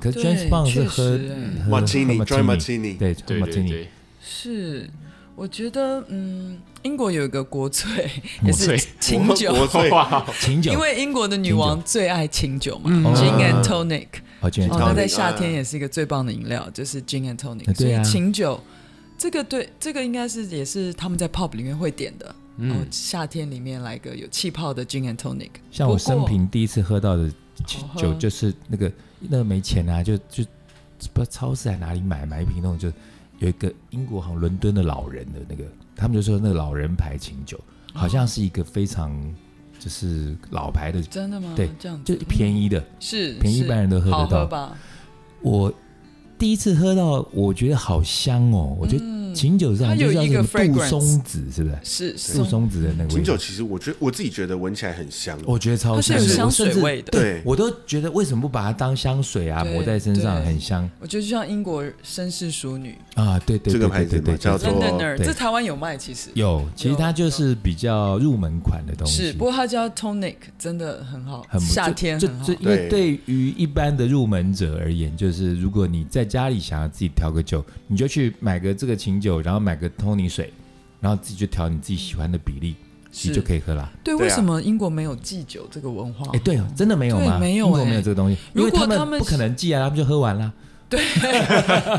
Speaker 2: Bond，可是
Speaker 4: 对
Speaker 2: James Bond 是喝
Speaker 4: 确实哎
Speaker 2: 喝
Speaker 1: Martini
Speaker 2: 喝
Speaker 1: dry
Speaker 2: martini，
Speaker 1: martini，
Speaker 2: 对
Speaker 3: 对对
Speaker 2: martini，
Speaker 3: 对，
Speaker 4: 是，我觉得嗯，英国有一个国粹，
Speaker 2: 国
Speaker 4: 也
Speaker 3: 粹
Speaker 4: 是清酒，
Speaker 1: 国粹
Speaker 3: 哇，
Speaker 2: 清酒，
Speaker 4: 因为英国的女王最爱清酒
Speaker 3: 嗯
Speaker 4: 嘛
Speaker 2: 哦
Speaker 4: ，gin and tonic。
Speaker 2: 哦，竟
Speaker 4: 哦，
Speaker 2: 然
Speaker 4: 那
Speaker 1: tonic，
Speaker 4: 在夏天
Speaker 1: 嗯
Speaker 4: 也是一个最棒的饮料，就是 gin and tonic、
Speaker 2: 呃
Speaker 4: 所
Speaker 2: 对啊
Speaker 4: 以琴酒，这个对，这个应该是也是他们在 pub 里面会点的。
Speaker 2: 嗯
Speaker 4: 然后夏天里面来个有气泡的 gin and tonic。
Speaker 2: 像我生
Speaker 4: 不过，哦
Speaker 2: 平第一次喝到的酒
Speaker 4: 好喝
Speaker 2: 酒就是那个那个没钱啊，就就不知道超市还哪里买买一瓶那种，就有一个英国好像伦敦的老人的那个，他们就说那个老人牌琴酒，
Speaker 4: 哦
Speaker 2: 好像是一个非常就是老牌的，
Speaker 4: 真的吗？
Speaker 2: 对，
Speaker 4: 这样子
Speaker 2: 就便宜的，
Speaker 4: 是
Speaker 2: 便宜一
Speaker 4: 嗯是
Speaker 2: 般人都喝
Speaker 4: 好
Speaker 2: 得
Speaker 4: 喝
Speaker 2: 到。
Speaker 4: 吧？
Speaker 2: 我第一次喝到，我觉得好香哦，我觉得
Speaker 4: 嗯
Speaker 2: 琴酒上
Speaker 4: 它
Speaker 2: 就
Speaker 4: 有
Speaker 2: 是要
Speaker 4: 一
Speaker 2: 什
Speaker 4: 个
Speaker 2: 么杜
Speaker 4: fragrance
Speaker 2: 松子，是不是？
Speaker 4: 是
Speaker 2: 杜
Speaker 4: 松，
Speaker 2: 松子的那个味道
Speaker 1: 琴酒其实我觉得我自己觉得闻起来很香，
Speaker 2: 我觉得超
Speaker 4: 它是
Speaker 2: 香
Speaker 4: 有
Speaker 2: 的，
Speaker 4: 香
Speaker 2: 我甚
Speaker 4: 水
Speaker 2: 至
Speaker 4: 味的。
Speaker 1: 对，
Speaker 2: 我都觉得为什么不把它当香水啊，
Speaker 4: 对
Speaker 2: 抹在身上
Speaker 4: 对
Speaker 2: 很香
Speaker 4: 我觉得就像英国绅士淑女
Speaker 2: 啊？对对
Speaker 1: 这
Speaker 2: 对
Speaker 1: 个牌
Speaker 2: 对
Speaker 1: 子
Speaker 2: 对
Speaker 1: 嘛
Speaker 2: 对，
Speaker 1: 叫做
Speaker 4: （Londoner），
Speaker 2: 对
Speaker 4: 这台湾有卖，其实
Speaker 2: 有，其实它就是比较入门款的东西，
Speaker 4: 是，不过它叫 tonic，真的很好，
Speaker 2: 很不
Speaker 4: 夏天
Speaker 2: 就
Speaker 4: 很好
Speaker 2: 就。因
Speaker 1: 对
Speaker 2: 为对于一般的入门者而言，就是如果你在家里想要自己调个酒，你就去买个这个琴酒，然后买个 Tony 水，然后自己就调你自己喜欢的比例，你
Speaker 4: 是
Speaker 2: 就可以喝啦。
Speaker 4: 对，
Speaker 1: 对啊
Speaker 4: 为什么英国没有祭酒这个文化？
Speaker 2: 哎，对哦，真的没有
Speaker 4: 对
Speaker 2: 吗？
Speaker 4: 没有
Speaker 2: 英国
Speaker 4: 哎
Speaker 2: 没有这个东西，因
Speaker 4: 如
Speaker 2: 为
Speaker 4: 果
Speaker 2: 他
Speaker 4: 他们
Speaker 2: 们不可能寄啊，他们就喝完啦。
Speaker 4: 那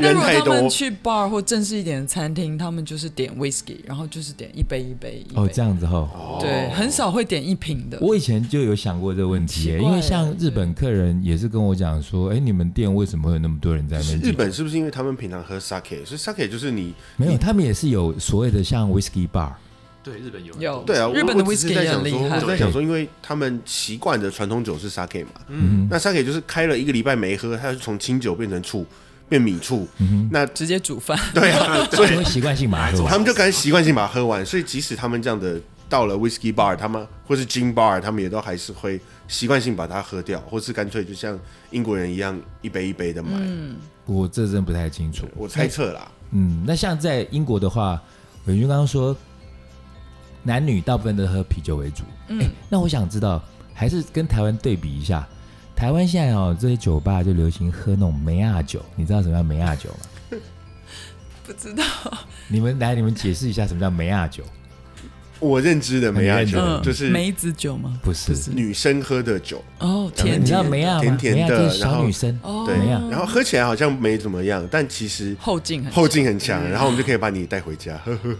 Speaker 1: 人
Speaker 4: 如果
Speaker 1: 太
Speaker 4: 他
Speaker 1: 多
Speaker 4: 们，去 bar 或正式一点的餐厅，他们就是点 whisky，然后就是点一杯一杯一杯。
Speaker 2: 哦，这样子哦哈。
Speaker 4: 对，很少会点一瓶的。
Speaker 2: 我以前就有想过这个问题、
Speaker 4: 很奇怪
Speaker 2: 因为像日本客人也是跟我讲说，哎、你们店为什么会有那么多人在那边
Speaker 1: 日
Speaker 2: 进？
Speaker 1: 本是不是因为他们平常喝 sake，所以 sake 就是你
Speaker 2: 没有，他们也是有所谓的像 whiskey bar，
Speaker 3: 对日本有
Speaker 4: 有
Speaker 1: 对啊，
Speaker 4: 日本的
Speaker 1: 我我只是
Speaker 4: whisky
Speaker 1: 在
Speaker 4: 也
Speaker 1: 想
Speaker 4: 很厉
Speaker 1: 说，我
Speaker 4: 害
Speaker 1: 只是在想说，因为他们习惯的传统酒是 sake 嘛，
Speaker 2: 嗯，
Speaker 1: 那 sake 就是开了一个礼拜没喝，它就从清酒变成醋，变米醋，
Speaker 2: 嗯
Speaker 1: 那
Speaker 4: 直接 煮饭，
Speaker 1: 对啊，
Speaker 2: 所以会习惯性把它喝
Speaker 1: 他
Speaker 2: 完。
Speaker 1: 们就敢习惯性把它喝完，所以即使他们这样的到了 whisky bar，他们或是 gin bar，他们也都还是会习惯性把它喝掉，或是干脆就像英国人一样一杯一杯的买。
Speaker 4: 嗯
Speaker 2: 我这真不太清楚。
Speaker 1: 我猜测啦，
Speaker 2: 嗯，那像在英国的话，伟军刚刚说，男女大部分都喝啤酒为主。嗯、那我想知道，还是跟台湾对比一下。台湾现在哦，这些酒吧就流行喝那种梅亚酒，你知道什么叫梅亚酒吗？
Speaker 4: 不知道
Speaker 2: 你们来，你们解释一下什么叫梅亚酒？
Speaker 1: 我认知的梅亚酒
Speaker 2: 嗯
Speaker 1: 就是
Speaker 4: 梅子酒吗？
Speaker 2: 不是，
Speaker 1: 女生喝的酒，
Speaker 4: 哦，
Speaker 1: 甜
Speaker 4: 甜
Speaker 2: 你知道
Speaker 4: 甜
Speaker 2: 梅亚吗？
Speaker 1: 甜甜的
Speaker 2: 梅亚就
Speaker 1: 然
Speaker 2: 是小
Speaker 1: 后
Speaker 2: 女生，
Speaker 4: 哦，
Speaker 1: 对，
Speaker 2: 梅亚
Speaker 1: 然后喝起来好像没怎么样，但其实
Speaker 4: 后劲很
Speaker 1: 后劲很强，
Speaker 2: 嗯
Speaker 1: 然后我们就可以把你带回 家。呵呵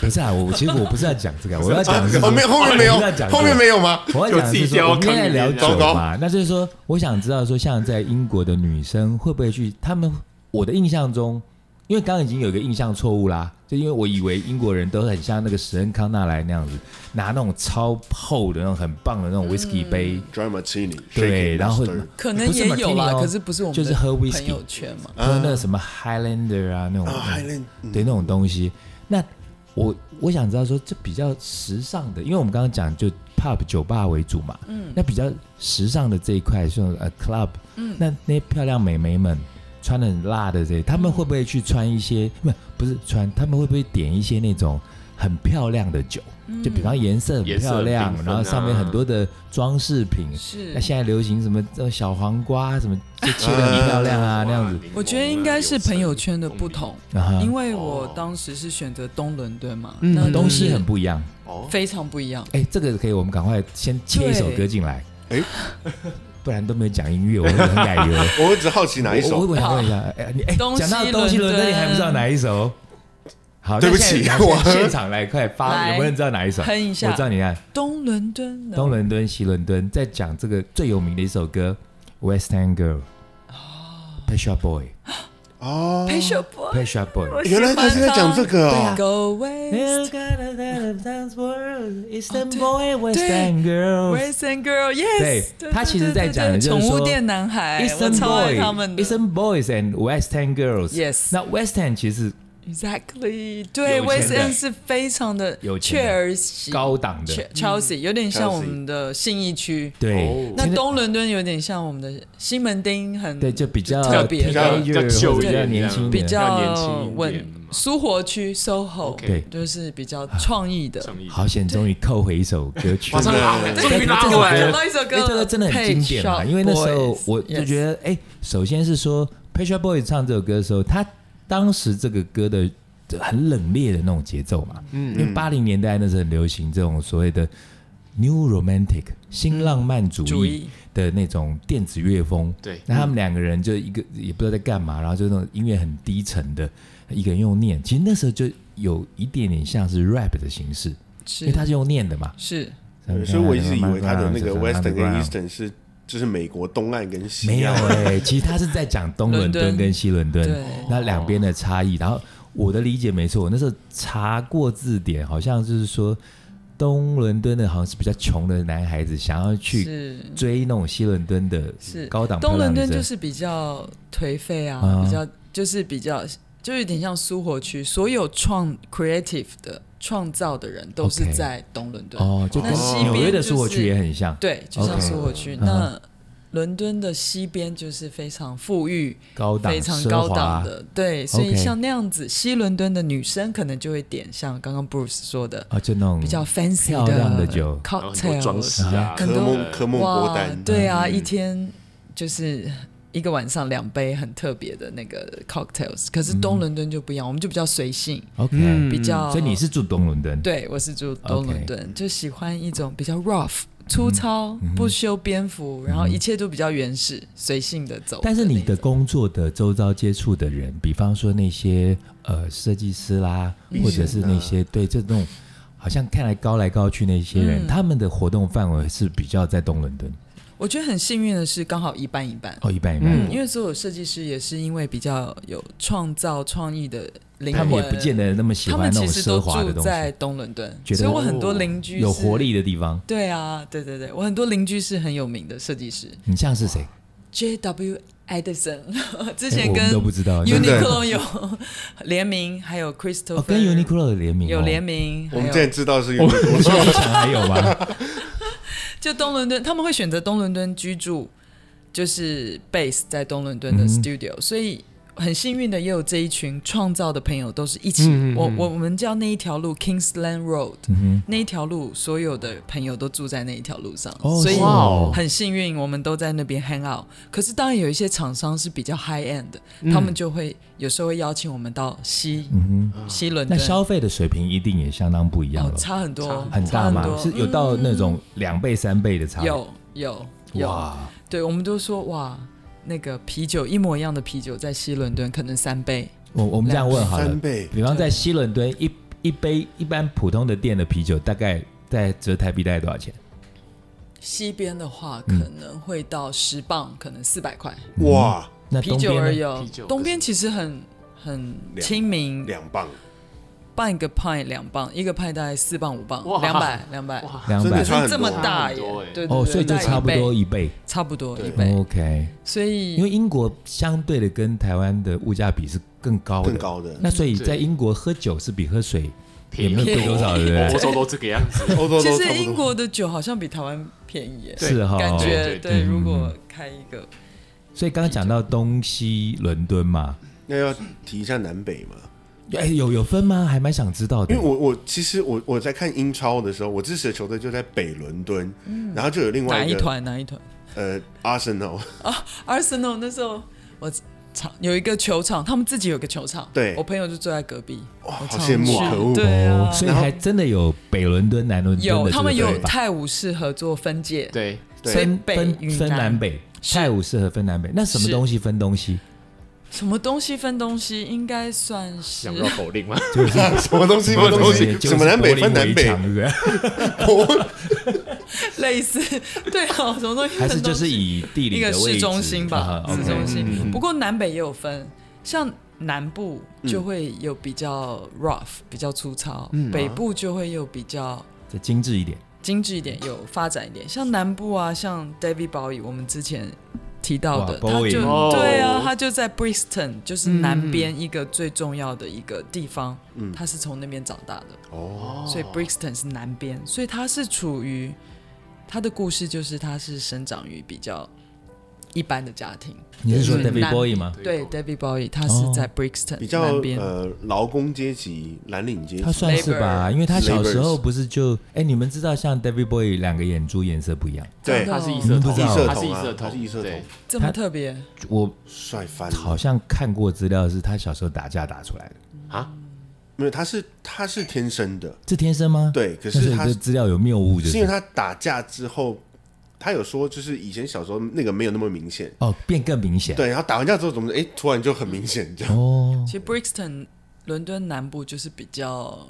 Speaker 2: 不是啊，我其实我不是要讲这个，我要讲的 是
Speaker 1: 哦，没有， 后面没有
Speaker 2: 我不是要讲这，个
Speaker 1: 后面没有吗？
Speaker 2: 我要讲的是说，我们现在聊酒
Speaker 1: 糟糕
Speaker 2: 嘛，那就是说，我想知道说，像在英国的女生会不会去？他们我的印象中，因为刚刚已经有一个印象错误啦，就因为我以为英国人都很像那个史恩康纳莱那样子，拿那种超厚的那种很棒的那种 whisky 杯，
Speaker 1: Dry martini，
Speaker 2: 对
Speaker 1: shaken
Speaker 2: 然
Speaker 1: 嗯
Speaker 2: 后
Speaker 1: mustard
Speaker 4: 可能也有啦，
Speaker 2: 不是 martini 哦
Speaker 4: 可是不是我们
Speaker 2: 就是喝
Speaker 4: 的
Speaker 2: whisky
Speaker 4: 朋友圈嘛。
Speaker 2: 喝那个什么 Highlander 啊那种
Speaker 1: 嗯啊，还能
Speaker 4: 嗯
Speaker 2: 对那种东西。那我我想知道说，这比较时尚的，因为我们刚刚讲就 pub 酒吧为主嘛，嗯，那比较时尚的这一块，像呃 club，嗯，那那些漂亮美眉们穿的很辣的这，
Speaker 4: 嗯
Speaker 2: 他们会不会去穿一些？不不是穿，他们会不会点一些那种很漂亮的酒？
Speaker 4: 嗯
Speaker 2: 就比方颜色很
Speaker 3: 颜色
Speaker 2: 漂
Speaker 3: 很
Speaker 2: 亮，
Speaker 3: 缤纷
Speaker 2: 然后上面
Speaker 3: 啊
Speaker 2: 很多的装饰品。
Speaker 4: 是
Speaker 2: 那，现在流行什么呃小黄瓜什么，就切的很漂亮
Speaker 3: 嗯
Speaker 2: 啊那样子。
Speaker 4: 我觉得应该是朋友圈的不同，
Speaker 2: 啊哈，
Speaker 4: 因为我当时是选择东伦敦嘛，
Speaker 3: 嗯
Speaker 4: 那
Speaker 2: 东西很不一样。
Speaker 1: 哦，
Speaker 4: 非常不一样。
Speaker 2: 哎，这个可以，我们赶快先切一首歌进来。
Speaker 1: 哎，
Speaker 2: 不然都没有讲音乐，我会很奶油。
Speaker 1: 我只好奇哪一
Speaker 2: 我
Speaker 1: 首
Speaker 2: 我我想问一下，哎，你哎，
Speaker 4: 东西
Speaker 2: 讲到东西伦
Speaker 4: 伦
Speaker 2: 敦，
Speaker 4: 敦
Speaker 2: 你还不知道哪一首？好，
Speaker 1: 对
Speaker 2: 那
Speaker 1: 不起
Speaker 2: 现在来
Speaker 1: 我
Speaker 2: 现场来快发，
Speaker 4: 来
Speaker 2: 有没有人知道哪一首？
Speaker 4: 哼一下嗯
Speaker 2: 我知道你看
Speaker 4: 东伦敦的
Speaker 2: 东伦敦、西伦敦，在讲这个最有名的一首歌《West End Girl》。p
Speaker 4: 哦
Speaker 2: e s h a Boy,
Speaker 1: 哦，
Speaker 4: 陪秀波
Speaker 2: p，e s h a Boy。
Speaker 4: 我
Speaker 1: 原来他是在讲这个哦。
Speaker 4: Go West
Speaker 2: Eastern
Speaker 4: 对
Speaker 2: Boy, Western
Speaker 4: 对
Speaker 2: Girl。
Speaker 4: Oh, West and Girl Yes，
Speaker 2: 对他其实在讲的就是
Speaker 4: 对对对
Speaker 2: 说
Speaker 4: 宠物店男孩，哎我
Speaker 2: Eastern
Speaker 4: 超爱
Speaker 2: Boy,
Speaker 4: 他们的。
Speaker 2: Eastern Boys and West End Girls。
Speaker 4: Yes
Speaker 2: 那 West End 其实
Speaker 4: Exactly，对
Speaker 3: 有钱
Speaker 4: ，West
Speaker 2: 人
Speaker 4: End 是非常的
Speaker 2: 有钱
Speaker 4: 雀
Speaker 2: 人
Speaker 4: 儿喜
Speaker 2: 高档的，
Speaker 4: 雀 Chelsea，有点像
Speaker 1: Chelsea
Speaker 4: 我们的信义区。
Speaker 2: 对
Speaker 3: 哦。
Speaker 4: 那
Speaker 2: 其实
Speaker 4: 东伦敦有点像我们的西门町，很
Speaker 2: 对就比较
Speaker 4: 特别
Speaker 2: 比
Speaker 3: 的比较旧
Speaker 2: 比
Speaker 3: 一
Speaker 2: 较
Speaker 3: 点
Speaker 2: 年轻一点，
Speaker 4: 比较
Speaker 3: 年轻一点
Speaker 4: 稳
Speaker 3: 嘛。
Speaker 4: 苏活区 SOHO，
Speaker 3: OK
Speaker 2: 对
Speaker 4: 就是比较创意的。
Speaker 3: 上一
Speaker 2: 好险，终于扣回一首歌曲，
Speaker 3: 马上拉回，
Speaker 4: 对
Speaker 3: 终于拉
Speaker 4: 这个我
Speaker 3: 回来
Speaker 4: 想
Speaker 3: 了。
Speaker 4: 到一首
Speaker 2: 哎，这
Speaker 4: 歌
Speaker 2: 个
Speaker 4: 了，
Speaker 2: 真的很经典啊嘛，因为那时候我就觉
Speaker 4: 得
Speaker 2: 得，哎，首先是说 p a t r a Boy 唱这首歌的时候，他当时这个歌的很冷冽的那种节奏嘛，
Speaker 4: 嗯
Speaker 2: 因为八零年代那时候很流行这种所谓的 New Romantic 新浪漫主
Speaker 4: 嗯主
Speaker 2: 义
Speaker 4: 义
Speaker 2: 的那种电子乐风，
Speaker 3: 对
Speaker 2: 那他们两个人就一个也不知道在干嘛，然后就那种音乐很低沉的，一个人用念，其实那时候就有一点点像是 rap 的形式，因为
Speaker 4: 是
Speaker 2: 他是用念的嘛。
Speaker 4: 是
Speaker 1: 对所以我一直以为他的那个 Western 跟 Eastern 是就是美国东岸跟西岸，
Speaker 2: 没有哎、其实他是在讲东伦敦跟西伦敦
Speaker 4: 对
Speaker 2: 那两边的差异。然后我的理解没错，我那时候查过字典，好像就是说东伦敦的好像是比较穷的男孩子想要去
Speaker 4: 是
Speaker 2: 追那种西伦敦的
Speaker 4: 是
Speaker 2: 高档漂
Speaker 4: 东
Speaker 2: 亮
Speaker 4: 伦
Speaker 2: 女
Speaker 4: 敦
Speaker 2: 生
Speaker 4: 就是比较颓废啊
Speaker 2: 啊，
Speaker 4: 比较就是比较就有点像苏活区，所有创 creative 的创造的人都是
Speaker 2: OK
Speaker 4: 在东伦敦。
Speaker 2: 哦，就跟
Speaker 4: 那西
Speaker 2: 纽
Speaker 4: 边
Speaker 2: 约的
Speaker 4: 就是
Speaker 2: 苏活区也很像，
Speaker 4: 对，就像
Speaker 2: OK
Speaker 4: 苏活区。
Speaker 2: 嗯
Speaker 4: 那伦敦的西边就是非常富裕、
Speaker 2: 高档、
Speaker 4: 非常
Speaker 2: 奢
Speaker 4: 高
Speaker 2: 华
Speaker 4: 档的，对，所以
Speaker 2: OK
Speaker 4: 像那样子，西伦敦的女生可能就会点像刚刚 Bruce 说的
Speaker 2: 啊，就那种
Speaker 4: 比较 fancy
Speaker 2: 漂亮的酒
Speaker 3: 然后很多装
Speaker 4: cocktail，
Speaker 3: 饰啊，
Speaker 1: 科
Speaker 4: 很多
Speaker 1: 梦科梦波
Speaker 4: 哇
Speaker 1: 丹，，
Speaker 4: 对啊，
Speaker 1: 嗯
Speaker 4: 一天就是。一个晚上两杯很特别的那个 cocktails，可是东伦敦就不一样，我们就比较随性，
Speaker 2: OK，、
Speaker 3: 嗯
Speaker 4: 比较。
Speaker 2: 所以你是住东伦敦，
Speaker 4: 对，我是住东伦敦就喜欢一种比较 rough、粗
Speaker 2: 嗯
Speaker 4: 糙、不修边幅，然后一切都比较原始、随性的走的那种。
Speaker 2: 但是你的工作的周遭接触的人，比方说那些呃设计师啦，
Speaker 4: 嗯
Speaker 2: 或者是那些对这种好像看来高来高去那些
Speaker 4: 嗯
Speaker 2: 人，他们的活动范围是比较在东伦敦
Speaker 4: 我觉得很幸运的是，刚好一半一半。
Speaker 2: 哦，一般一般，
Speaker 4: 嗯因为所有设计师也是因为比较有创造创意的灵
Speaker 2: 他
Speaker 4: 魂，
Speaker 2: 们也不见得那么喜
Speaker 4: 他
Speaker 2: 欢
Speaker 4: 们
Speaker 2: 那种
Speaker 4: 其实
Speaker 2: 奢
Speaker 4: 都
Speaker 2: 华的
Speaker 4: 住
Speaker 2: 东西，
Speaker 4: 在东伦敦，
Speaker 2: 觉得
Speaker 4: 所以我很多邻居
Speaker 2: 有
Speaker 4: 是
Speaker 2: 活。力的地方。
Speaker 4: 对啊，对对对，我很多邻居是很有名的设计师
Speaker 2: 你像是谁？
Speaker 4: ，J.W. Edison，之
Speaker 2: 哎
Speaker 4: 前
Speaker 2: 我
Speaker 4: 跟
Speaker 2: 们都不知道，
Speaker 1: 真的
Speaker 4: Uniqlo 有 联名，还有 Crystal、
Speaker 2: 哦，跟 Uniqlo 的联名、哦，
Speaker 4: 有联名，
Speaker 1: 我们
Speaker 4: 还
Speaker 1: 现在
Speaker 4: 有
Speaker 1: 知道是有
Speaker 2: 我现在想还有 吗？
Speaker 4: 就东伦敦，他们会选择东伦敦居住，就是 base 在东伦敦的
Speaker 2: 嗯
Speaker 4: studio，、所以很幸运的也有这一群创造的朋友，都是一起。
Speaker 3: 嗯嗯嗯
Speaker 4: 我我我们叫那一条路 Kingsland Road，、
Speaker 2: 嗯
Speaker 4: 那一条路所有的朋友都住在那一条路上，
Speaker 2: 哦
Speaker 4: 所以
Speaker 2: 是哦
Speaker 4: 很幸运，我们都在那边 hang out。可是当然有一些厂商是比较 high end 的，
Speaker 2: 嗯
Speaker 4: 他们就会有时候会邀请我们到西、西伦
Speaker 2: 那
Speaker 4: 敦，
Speaker 2: 消费的水平一定也相当不一样
Speaker 4: 哦
Speaker 2: 了，
Speaker 4: 差很多，
Speaker 2: 很大
Speaker 4: 差
Speaker 2: 嘛
Speaker 4: 很，多嗯
Speaker 2: 是有到那种两倍三倍的差，
Speaker 4: 有有有，
Speaker 2: 哇，
Speaker 4: 对，我们都说哇，那个啤酒一模一样的啤酒在西伦敦可能三杯，
Speaker 2: 我我们这样问好了
Speaker 1: 三，倍，
Speaker 2: 比方在西伦敦一一杯一般普通的店的啤酒，大概在折台币大概多少钱？
Speaker 4: 西边的话可能会到十磅，可能四百块，
Speaker 1: 哇，
Speaker 2: 那
Speaker 4: 啤
Speaker 2: 东
Speaker 4: 酒而
Speaker 2: 边
Speaker 4: 已
Speaker 2: 呢？
Speaker 4: 哦
Speaker 3: 啤酒。
Speaker 4: 嗯东边其实很很
Speaker 1: 两
Speaker 4: 亲民，
Speaker 1: 两磅，
Speaker 4: 半个 pint 两磅，一个 pint 大概四磅五磅，
Speaker 3: 哇
Speaker 4: 两百两百，
Speaker 3: 哇，
Speaker 2: 两
Speaker 1: 真
Speaker 2: 百
Speaker 1: 的差很多
Speaker 4: 这么大耶
Speaker 3: 差很多耶，
Speaker 4: 对对对，
Speaker 2: 哦，所以就
Speaker 4: 大概一
Speaker 2: 差不多
Speaker 4: 倍
Speaker 2: 一倍。
Speaker 4: 差不多
Speaker 1: 对
Speaker 4: 一倍，
Speaker 2: OK，
Speaker 4: 所以
Speaker 2: 因为英国相对的跟台湾的物价比是更高的，
Speaker 1: 更。高的，
Speaker 2: 那所以在
Speaker 3: 对
Speaker 2: 英国喝酒是比喝水也
Speaker 3: 便
Speaker 2: 没有
Speaker 3: 宜
Speaker 2: 贵多少，对不对
Speaker 3: 欧？洲都这个样子。
Speaker 1: 欧洲
Speaker 4: 其
Speaker 1: 都
Speaker 4: 实
Speaker 1: 差
Speaker 4: 英
Speaker 1: 不多。
Speaker 4: 国的酒好像比台湾便宜耶，
Speaker 2: 是哈，
Speaker 4: 感觉
Speaker 3: 对对
Speaker 4: 对，
Speaker 2: 嗯
Speaker 4: 如果开一个
Speaker 2: 所以刚刚讲到东西伦敦嘛，
Speaker 1: 那要提一下南北嘛，
Speaker 2: 哎，有有分吗？还蛮想知道的
Speaker 1: 因为。我我其实我我在看英超的时候，我支持的球队就在北伦敦，然后就有另
Speaker 4: 哪
Speaker 1: 外
Speaker 4: 一
Speaker 1: 一个
Speaker 4: 团哪一团
Speaker 1: 呃阿森纳，
Speaker 4: ，Arsenal 那时候我场有一个球场，他们自己有个球场，
Speaker 1: 对
Speaker 4: 我朋友就住在隔壁，
Speaker 1: 哇，
Speaker 4: 我
Speaker 1: 好
Speaker 4: 常
Speaker 1: 羡慕，
Speaker 4: 去
Speaker 1: 可恶，
Speaker 4: 对啊
Speaker 2: 所以还真的有北伦敦、南伦敦哦的
Speaker 4: 有
Speaker 2: 这
Speaker 4: 他们
Speaker 2: 个
Speaker 4: 有
Speaker 2: 分法
Speaker 4: 泰晤士合作分界，
Speaker 3: 对，
Speaker 1: 对
Speaker 4: 所以
Speaker 2: 分
Speaker 4: 北
Speaker 2: 分
Speaker 4: 与
Speaker 2: 分
Speaker 4: 南
Speaker 2: 南北，
Speaker 4: 是
Speaker 2: 泰晤士和分南北，那什么
Speaker 4: 是
Speaker 2: 东西分东西？
Speaker 4: 什么东西分东西，应该算是
Speaker 3: 想绕口令吗？
Speaker 2: 就是
Speaker 1: 什么东西？什么东西？什么南北分南北？
Speaker 2: 对不对？
Speaker 4: 类似 对哦，什么东西
Speaker 2: 还
Speaker 4: 分
Speaker 2: 是
Speaker 4: 东
Speaker 2: 就是
Speaker 4: 西
Speaker 2: 以地理
Speaker 4: 一
Speaker 2: 的
Speaker 4: 个
Speaker 2: 位置
Speaker 4: 市中心吧
Speaker 2: 啊，
Speaker 4: 市
Speaker 2: OK
Speaker 4: 中心。
Speaker 1: 嗯
Speaker 4: 不过南北也有分，像南部就会有比较 rough，比较粗糙
Speaker 1: 嗯，
Speaker 4: 北部就会有比较
Speaker 2: 再精致一点。
Speaker 4: 精致一点，有发展一点。像南部啊，像 David Bowie，我们之前提到的，
Speaker 2: 哇
Speaker 4: 他就
Speaker 2: Bowie
Speaker 3: 哦
Speaker 4: 对啊，他就在 Brixton，就是南边一个最重要的一个地方，他是从那边长大的。
Speaker 1: 嗯哦，
Speaker 4: 所以 Brixton 是南边，所以它是处于它的故事就是它是生长于比较一般的家庭。
Speaker 2: 你是说
Speaker 4: 就是
Speaker 2: David
Speaker 4: 嗯南
Speaker 2: Bowie 吗？
Speaker 4: 对 David Bowie，他是
Speaker 3: 哦
Speaker 4: 在 Brixton、
Speaker 1: 比较
Speaker 4: 南边。
Speaker 1: 呃劳工阶级、蓝领阶
Speaker 2: 他
Speaker 1: 级，
Speaker 2: 算是吧，因为他小时候
Speaker 1: Laborers
Speaker 2: 不是就哎，你们知道像 David Bowie 两个眼珠颜色不一样，
Speaker 1: 对
Speaker 4: 真的
Speaker 3: 他
Speaker 4: 哦
Speaker 3: 是异
Speaker 2: 你
Speaker 3: 色
Speaker 2: 们不
Speaker 3: 头，
Speaker 2: 知道
Speaker 1: 异
Speaker 3: 他
Speaker 1: 色
Speaker 3: 是异
Speaker 1: 瞳啊
Speaker 3: 色头，
Speaker 1: 他是异色
Speaker 3: 对
Speaker 1: 瞳，
Speaker 4: 这么特别，
Speaker 2: 我
Speaker 1: 帅翻
Speaker 2: 好
Speaker 1: 了。
Speaker 2: 像看过资料是他小时候打架打出来的，
Speaker 3: 啊，
Speaker 1: 没有，他是他是天生的，
Speaker 2: 这天生吗？，
Speaker 1: 对，可
Speaker 2: 可是
Speaker 1: 是
Speaker 2: 他
Speaker 1: 他
Speaker 2: 的资料有谬误，就是
Speaker 1: 因为他打架之后，他有说就是以前小时候那个没有那么明显，
Speaker 2: 哦变更明显，
Speaker 1: 对，然后打完架之后怎么哎突然就很明显这样，
Speaker 2: 哦，
Speaker 4: 其实 Brixton 伦敦南部就是比较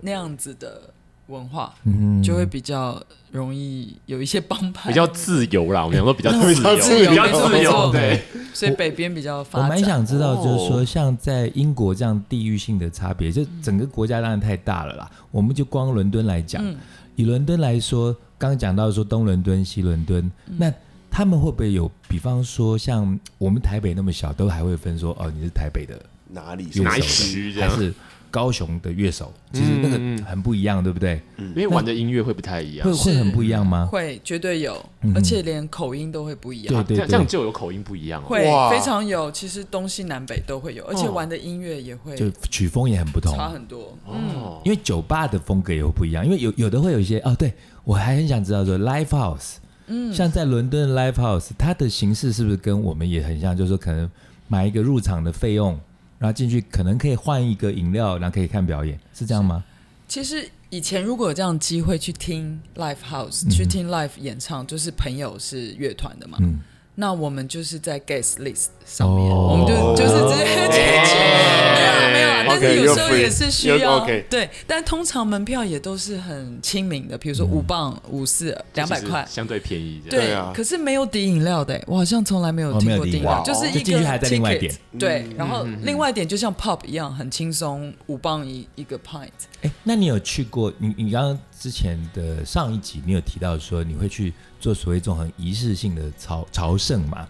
Speaker 4: 那样子的文化，
Speaker 2: 嗯
Speaker 4: 就会比较容易有一些帮派，
Speaker 3: 比较自由啦，我们讲说比较自
Speaker 1: 比较自
Speaker 3: 由，
Speaker 1: 由
Speaker 3: 比较
Speaker 4: 没错
Speaker 3: 自
Speaker 4: 没
Speaker 3: 由，
Speaker 4: 错
Speaker 3: 对，
Speaker 4: 所以北边比较
Speaker 2: 我
Speaker 4: 发
Speaker 2: 蛮
Speaker 4: 展。
Speaker 2: 想知道，就是说，
Speaker 1: 哦
Speaker 2: 像在英国这样地域性的差别，就
Speaker 4: 嗯
Speaker 2: 整个国家当然太大了啦。我们就光伦敦来讲，
Speaker 4: 嗯
Speaker 2: 以伦敦来说，刚刚讲到说东伦敦、西伦敦，
Speaker 4: 嗯
Speaker 2: 那他们会不会有，比方说像我们台北那么小，都还会分说哦，你是台北的
Speaker 1: 哪里
Speaker 2: 乐
Speaker 3: 哪一
Speaker 2: 手
Speaker 3: 区这
Speaker 2: 还
Speaker 3: 样嗯
Speaker 2: 是高雄的乐手，其实那个很不一样，对不对？
Speaker 3: 因为玩的音乐会不太一样
Speaker 2: 会。会很不一样吗？
Speaker 4: 会绝对有，
Speaker 2: 嗯
Speaker 4: 而且连口音都会不一样。
Speaker 2: 对对
Speaker 3: 这样这样
Speaker 2: 对，
Speaker 3: 就有口音不一样哦。
Speaker 4: 会
Speaker 1: 哇
Speaker 4: 非常有，其实东西南北都会有，而且
Speaker 3: 哦
Speaker 4: 玩的音乐也会
Speaker 2: 就曲风也很不同，
Speaker 4: 差很多。
Speaker 3: 哦，
Speaker 2: 因为酒吧的风格也会不一样，因为有有的会有一些哦，对我还很想知道说 live house，嗯，像在伦敦的 live house，它的形式是不是跟我们也很像？就是说可能买一个入场的费用，然后进去可能可以换一个饮料，然后可以看表演，是这样吗？
Speaker 4: 其实以前如果有这样的机会去听 live house，、去听 live 演唱，就是朋友是乐团的嘛，
Speaker 2: 嗯
Speaker 4: 那我们就是在 guest list 上面，
Speaker 2: 哦
Speaker 4: 我们就就是直接进去。没有没有啊，但是
Speaker 1: OK，
Speaker 4: 有时候
Speaker 1: you're free，
Speaker 4: 也是需要
Speaker 1: you're OK
Speaker 4: 对，但通常门票也都是很亲民的，比如说五磅、五四、两百
Speaker 3: 就是
Speaker 4: 块，
Speaker 3: 相对便宜这样。
Speaker 4: 对
Speaker 1: 对啊
Speaker 4: 可是没有抵饮料的欸，我好像从来没有
Speaker 2: 哦没
Speaker 4: 听
Speaker 2: 有
Speaker 4: 过
Speaker 2: 抵
Speaker 4: 抵
Speaker 2: 饮
Speaker 4: 饮
Speaker 2: 料
Speaker 4: 料，就是一
Speaker 2: 就进
Speaker 4: 个
Speaker 2: 去还在另外
Speaker 4: ticket，
Speaker 2: 点
Speaker 4: 对，然后另外一点就像 pub 一样，很轻松，五磅一一个 pint。
Speaker 2: 哎，那你有去过？你你刚刚之前的上一集，你有提到说你会去做所谓这种很仪式性的朝朝圣嘛？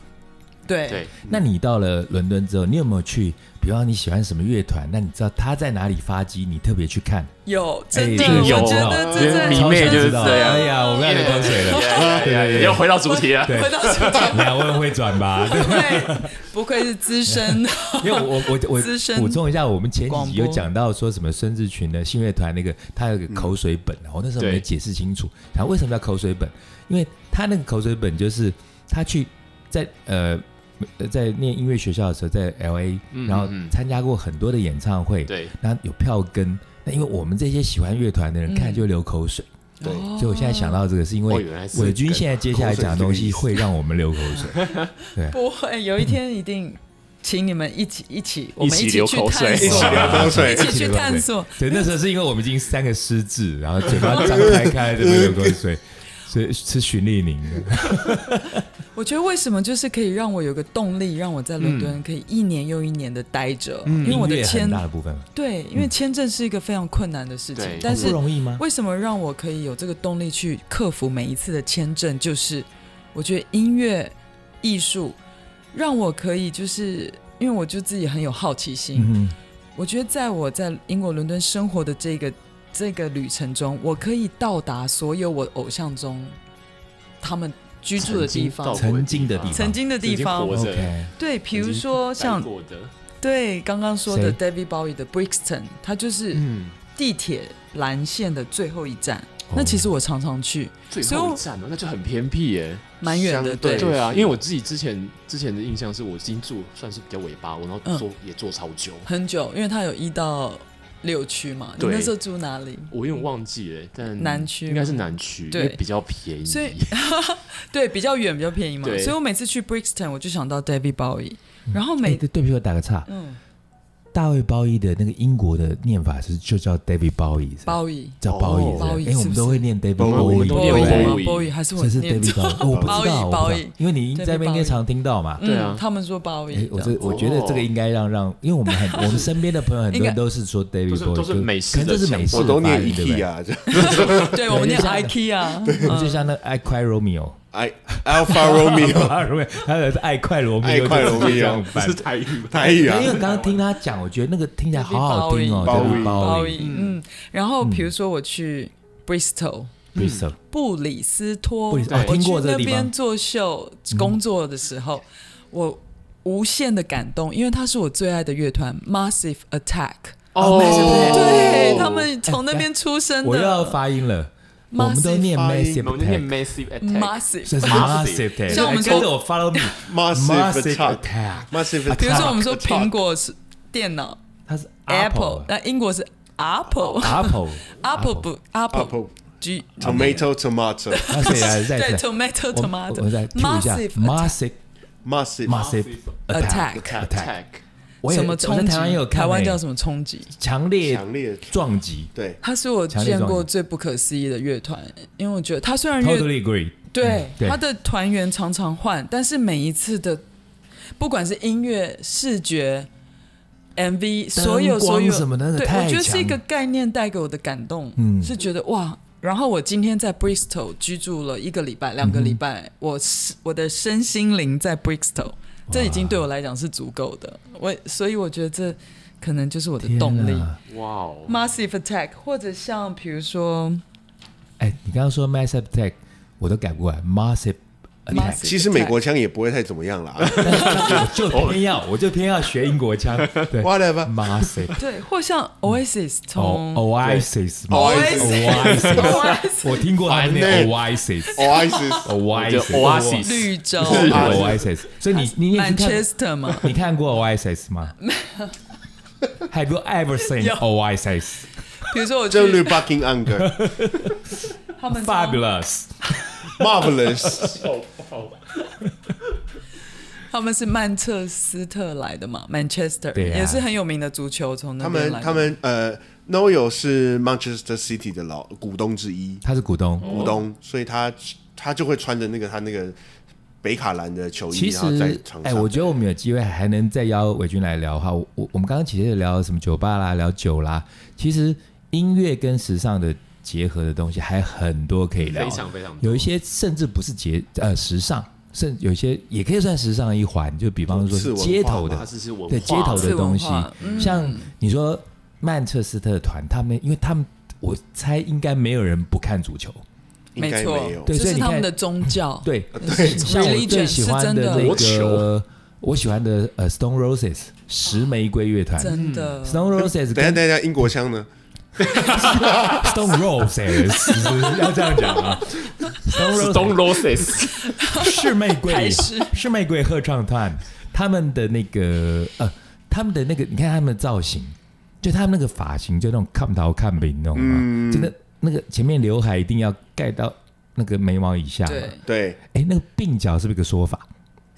Speaker 4: 对，
Speaker 3: 对，
Speaker 2: 那你到了伦敦之后，你有没有去？比方你喜欢什么乐团，那你知道他在哪里发迹，你特别去看？
Speaker 4: 有真的，
Speaker 2: 哎
Speaker 4: 我
Speaker 2: 有
Speaker 4: 觉
Speaker 2: 哦
Speaker 4: 得真
Speaker 3: 真
Speaker 4: 的
Speaker 3: 迷妹就
Speaker 2: 超想
Speaker 3: 是
Speaker 2: 知道
Speaker 3: 这样
Speaker 2: 哎呀，我们要流口水了。
Speaker 3: 对呀，要回到主题了。
Speaker 4: 回到主题，
Speaker 2: 你要问会转吧？ 对，
Speaker 4: 对，不愧是资深，
Speaker 2: 因为我我我
Speaker 4: 资
Speaker 2: 我
Speaker 4: 深
Speaker 2: 补充一下，我们前几
Speaker 4: 广
Speaker 2: 集
Speaker 4: 播
Speaker 2: 有讲到说什么孙志群的信乐团那个，他有个口水本，然后那时候
Speaker 3: 对
Speaker 2: 没解释清楚，然后为什么叫口水本？因为他那个口水本就是他去在呃呃在念音乐学校的时候，在 L A，
Speaker 3: 嗯
Speaker 2: 然后
Speaker 3: 嗯嗯
Speaker 2: 参加过很多的演唱会，
Speaker 3: 对，
Speaker 2: 然后有票根。那因为我们这些喜欢乐团的人看
Speaker 4: 嗯
Speaker 2: 就流口水，
Speaker 1: 对
Speaker 4: 哦
Speaker 2: 所以我现在想到这个，是因
Speaker 3: 哦
Speaker 2: 为
Speaker 3: 原来是
Speaker 2: 伟军
Speaker 3: 梗
Speaker 2: 现在接下来讲的东西会让我们流口水。
Speaker 4: 不会，有一天一定。请你们一起一起，我们
Speaker 3: 一起
Speaker 4: 起
Speaker 3: 流
Speaker 4: 去
Speaker 3: 口水
Speaker 4: 探
Speaker 3: 一
Speaker 4: 索
Speaker 3: 起，
Speaker 1: 流口水
Speaker 4: 一起去探索。
Speaker 2: 对，那时候是因为我们已经三个失智，然后嘴巴张开开这边流口 水，所以是循利宁的。
Speaker 4: 我觉得为什么就是可以让我有个动力，让我在伦敦可以一年又一年的待着，因为我
Speaker 2: 音
Speaker 4: 的
Speaker 2: 乐
Speaker 4: 签
Speaker 2: 很大的部分
Speaker 4: 对，嗯因为签证是一个非常困难的事情
Speaker 3: 对，
Speaker 4: 但
Speaker 2: 不
Speaker 4: 是
Speaker 2: 容易吗？
Speaker 4: 为什么让我可以有这个动力去克服每一次的签证？就是我觉得音乐艺术让我可以，就是因为我就自己很有好奇心，
Speaker 2: 嗯
Speaker 4: 我觉得在我在英国伦敦生活的这个这个旅程中，我可以到达所有我偶像中他们 居住的地
Speaker 3: 曾
Speaker 4: 方
Speaker 2: 哼，
Speaker 3: 到过，
Speaker 2: 曾经的地方，
Speaker 4: 曾经的地
Speaker 3: 曾经
Speaker 4: 方
Speaker 3: 活。着
Speaker 2: OK，
Speaker 4: 对，比如说像
Speaker 3: 带过的，
Speaker 4: 对刚刚说的
Speaker 2: 谁
Speaker 4: David Bowie 的 Brixton，它就是
Speaker 3: 嗯，
Speaker 4: 地铁蓝线的最后一站。
Speaker 2: 哦
Speaker 4: 那其实我常常去，
Speaker 3: 最
Speaker 4: 所以
Speaker 3: 后
Speaker 4: 我
Speaker 3: 一站哦，那就很偏僻耶。
Speaker 4: 蛮远的，
Speaker 1: 相对
Speaker 4: 对。
Speaker 3: 对啊，
Speaker 1: 是
Speaker 3: 因为我自己之前之前的印象是我已经住算是比较尾巴，我然
Speaker 4: 嗯
Speaker 3: 后坐也坐超久，
Speaker 4: 很久，因为它有一到六区嘛。你
Speaker 3: 对
Speaker 4: 那时候住哪里？
Speaker 3: 我有点忘记了，但
Speaker 4: 南区吗
Speaker 3: 应该是南区，因
Speaker 4: 对
Speaker 3: 为比较便宜。
Speaker 4: 所以对比较远，比较便宜嘛。
Speaker 3: 对
Speaker 4: 所以我每次去 Brixton，我就想到 David Bowie，然后
Speaker 2: 哎
Speaker 4: 每
Speaker 2: 对对不起，我打个岔。
Speaker 4: 嗯
Speaker 2: 大卫鲍伊的那个英国的念法是就叫 David Bowie，是吧
Speaker 4: 包椅
Speaker 2: 叫鲍伊
Speaker 3: 哦
Speaker 2: 是吧，
Speaker 4: 鲍伊
Speaker 2: 因为我
Speaker 4: 是
Speaker 2: 们
Speaker 4: 不
Speaker 2: 都
Speaker 4: 是
Speaker 2: 会念 David
Speaker 1: 鲍伊
Speaker 2: Bowie，
Speaker 3: 都
Speaker 4: 包
Speaker 3: 念
Speaker 4: 椅
Speaker 3: 对
Speaker 4: 吗
Speaker 3: 对？
Speaker 4: 包椅还是我
Speaker 2: 这是
Speaker 4: 念
Speaker 2: David
Speaker 4: 错？
Speaker 2: Bowie，哦我不
Speaker 4: 鲍
Speaker 2: 知道，
Speaker 4: 伊
Speaker 2: 我不
Speaker 4: 鲍
Speaker 2: 知
Speaker 4: 伊
Speaker 2: 道，因为你
Speaker 4: David
Speaker 2: 在那边应该常听到嘛。
Speaker 3: 对啊
Speaker 4: 嗯，他们说包椅
Speaker 2: 哎，我这
Speaker 4: 这样
Speaker 2: 我觉得这个应该让让，因为我们很 我们身边的朋友很多人都是说 David
Speaker 3: 都是
Speaker 2: Bowie，
Speaker 3: 都是
Speaker 2: 就
Speaker 3: 美
Speaker 2: 可
Speaker 3: 式
Speaker 2: 能
Speaker 3: 的
Speaker 2: 这是
Speaker 3: 想
Speaker 2: 美式
Speaker 1: 我
Speaker 2: 的
Speaker 1: 都念
Speaker 2: 发音对不
Speaker 1: ET
Speaker 2: 对？
Speaker 1: 啊，这
Speaker 4: 对我们念
Speaker 2: 就像
Speaker 4: IKEA，
Speaker 2: 我 就
Speaker 4: 嗯
Speaker 2: 像那个爱快 Romeo，
Speaker 1: I Alpha Romeo
Speaker 2: 啊 Romeo，他的是爱快罗密欧，
Speaker 1: 爱快罗密欧
Speaker 2: 就是这样翻
Speaker 3: 是台语吗？
Speaker 1: 台语啊
Speaker 2: 对，因为刚刚听他讲，我觉得那个听起来好好听哦，
Speaker 1: 包
Speaker 2: 对
Speaker 1: 围
Speaker 2: 吧
Speaker 4: 包
Speaker 2: 包
Speaker 4: 椅，嗯。然后比如说我去 Bristol。
Speaker 2: b r i s t o l
Speaker 4: 布里斯托，
Speaker 2: 布里斯托哦
Speaker 4: 我
Speaker 2: 听
Speaker 4: 去
Speaker 2: 过这
Speaker 4: 那
Speaker 2: 个地方
Speaker 4: 边做秀工作的时候，我无限的感动，因为他是我最爱的乐团 Massive Attack，、
Speaker 2: 哦没事对
Speaker 4: 对他们从那边出生
Speaker 2: 哎我又要
Speaker 4: 的。
Speaker 2: 发音了，我
Speaker 4: Massive
Speaker 2: 们都念
Speaker 1: 发音
Speaker 2: massive
Speaker 3: 我们念
Speaker 2: attack，
Speaker 3: massive attack，
Speaker 4: Massive，
Speaker 2: 这是 massive attack，
Speaker 4: 像我们
Speaker 2: 哎
Speaker 4: 说
Speaker 2: 跟着我 follow me
Speaker 1: Massive Attack
Speaker 2: attack，
Speaker 1: Massive
Speaker 4: 比如
Speaker 1: Attack，
Speaker 4: 说我们说苹果是电脑
Speaker 2: 它是
Speaker 4: Apple，那英国是 Apple，Apple
Speaker 2: 啊 apple 啊
Speaker 4: 不 Apple
Speaker 1: Apple
Speaker 4: G，
Speaker 1: Tomato Tomato
Speaker 2: 那谁来再
Speaker 4: 对
Speaker 2: 再
Speaker 4: Tomato
Speaker 2: 我们我们再
Speaker 4: Tomato
Speaker 2: 听一下
Speaker 4: Massive
Speaker 2: massive
Speaker 1: Massive
Speaker 2: massive attack
Speaker 4: Attack，
Speaker 3: attack，
Speaker 2: 我也
Speaker 4: 什么
Speaker 2: 我在
Speaker 4: 冲击
Speaker 2: 台湾也有？看
Speaker 4: 台湾
Speaker 2: 欸
Speaker 4: 叫什么冲击？
Speaker 2: 强烈
Speaker 1: 强烈
Speaker 2: 撞击
Speaker 1: 对
Speaker 4: 他是我
Speaker 2: 强烈
Speaker 4: 见
Speaker 2: 撞
Speaker 4: 过
Speaker 2: 击
Speaker 4: 最不可思议的乐团，因为我觉得他虽然乐
Speaker 2: ，totally agree，
Speaker 4: 对
Speaker 2: 嗯对
Speaker 4: 他的团员常常换，但是每一次的不管是音乐、视觉、MV，
Speaker 2: 灯
Speaker 4: 所有
Speaker 2: 光
Speaker 4: 所有
Speaker 2: 什么的那个
Speaker 4: 对
Speaker 2: 太
Speaker 4: 我觉得
Speaker 2: 强
Speaker 4: 是一个概念带给我的感动，
Speaker 2: 嗯
Speaker 4: 是觉得哇。然后我今天在 Bristol 居住了一个礼拜、两个礼拜，
Speaker 2: 嗯
Speaker 4: 我是我的身心灵在 Bristol，这已经对我来讲是足够的。我所以我觉得这可能就是我的
Speaker 2: 天
Speaker 4: 动力。
Speaker 2: 哪
Speaker 3: 哇哦，
Speaker 4: Massive Attack，或者像比如说
Speaker 2: 哎，你刚刚说 massive attack，我都改不过来，massive attack。
Speaker 4: Massive
Speaker 1: 其实美
Speaker 4: Attack
Speaker 1: 国腔也不会太怎么样啦
Speaker 2: 我就偏要，我就偏要学英国腔。对
Speaker 1: ，whatever。
Speaker 2: ，Massive，
Speaker 4: 对，或像 Oasis
Speaker 2: 哦
Speaker 4: 从、
Speaker 2: ，Oasis 嘛
Speaker 1: Oasis
Speaker 2: ，Oasis，我听过他们念 Oasis，Oasis。
Speaker 1: Oasis
Speaker 3: 就 Oasis
Speaker 4: 绿洲、
Speaker 2: Oasis，所以你你也去看，
Speaker 4: Manchester 嘛，
Speaker 2: 你看过 Oasis 吗？Have you ever seen
Speaker 4: 有
Speaker 2: Oasis？
Speaker 4: 比如说我
Speaker 1: 正
Speaker 4: 去
Speaker 1: 律 Bucking Under
Speaker 4: 他们从
Speaker 2: Fabulous，
Speaker 1: Marvelous
Speaker 4: 他们是曼彻斯特来的嘛，Manchester
Speaker 2: 对啊
Speaker 4: 也是很有名的足球，从那
Speaker 1: 他
Speaker 4: 边
Speaker 1: 们
Speaker 4: 来的
Speaker 1: 他们呃，Noel 是 Manchester City 的老股东之一，
Speaker 2: 他是股东。
Speaker 1: 股
Speaker 4: 哦
Speaker 1: 东，所以他他就会穿着那个他那个北卡蓝的球衣，
Speaker 2: 其
Speaker 1: 然后在
Speaker 2: 实，
Speaker 1: 场
Speaker 2: 哎，我
Speaker 1: 上。
Speaker 2: 觉得我们有机会还能再邀伟军来聊的话，我我我们刚刚其实聊什么酒吧啦，聊酒啦，其实音乐跟时尚的结合的东西还很多可以聊
Speaker 3: 非。常非常
Speaker 2: 有一些甚至不是节呃时尚，甚有些也可以算时尚的一环，就比方说
Speaker 1: 次
Speaker 2: 是
Speaker 1: 文化
Speaker 2: 街头
Speaker 3: 它
Speaker 2: 的，
Speaker 3: 只是文化
Speaker 2: 对街头的东西
Speaker 4: 次文化，嗯
Speaker 2: 像你说曼彻斯特团，他们因为他们我猜应该没有人不看足球，
Speaker 1: 应该
Speaker 4: 错
Speaker 1: 没有，
Speaker 2: 对
Speaker 4: 这
Speaker 2: 所以
Speaker 4: 是
Speaker 2: 你看嗯
Speaker 4: 他们的宗教，
Speaker 2: 对，
Speaker 4: 对
Speaker 2: 像我最喜欢
Speaker 4: 的
Speaker 2: 那
Speaker 3: 我球
Speaker 2: 个，我喜欢的呃 Stone Roses 石玫瑰乐团
Speaker 4: 真的
Speaker 2: ，Stone Roses
Speaker 1: 等一下
Speaker 2: 跟
Speaker 1: 等一下，英国腔呢？
Speaker 2: Stone Roses 是不是要这样讲啊，Stone
Speaker 3: Stone
Speaker 2: Roses
Speaker 3: Roses，
Speaker 2: 是玫
Speaker 4: 还
Speaker 2: 瑰，
Speaker 4: 是
Speaker 2: 是玫瑰合唱团，他们的那个呃，他们的那个，你看他们的造型，就他们那个发型，就那种看头看饼那种嘛，
Speaker 4: 嗯
Speaker 2: 真的那个前面刘海一定要盖到那个眉毛以
Speaker 1: 嗯
Speaker 2: 下。
Speaker 4: 对，
Speaker 1: 对，
Speaker 2: 哎，那个鬓角是不是一个说法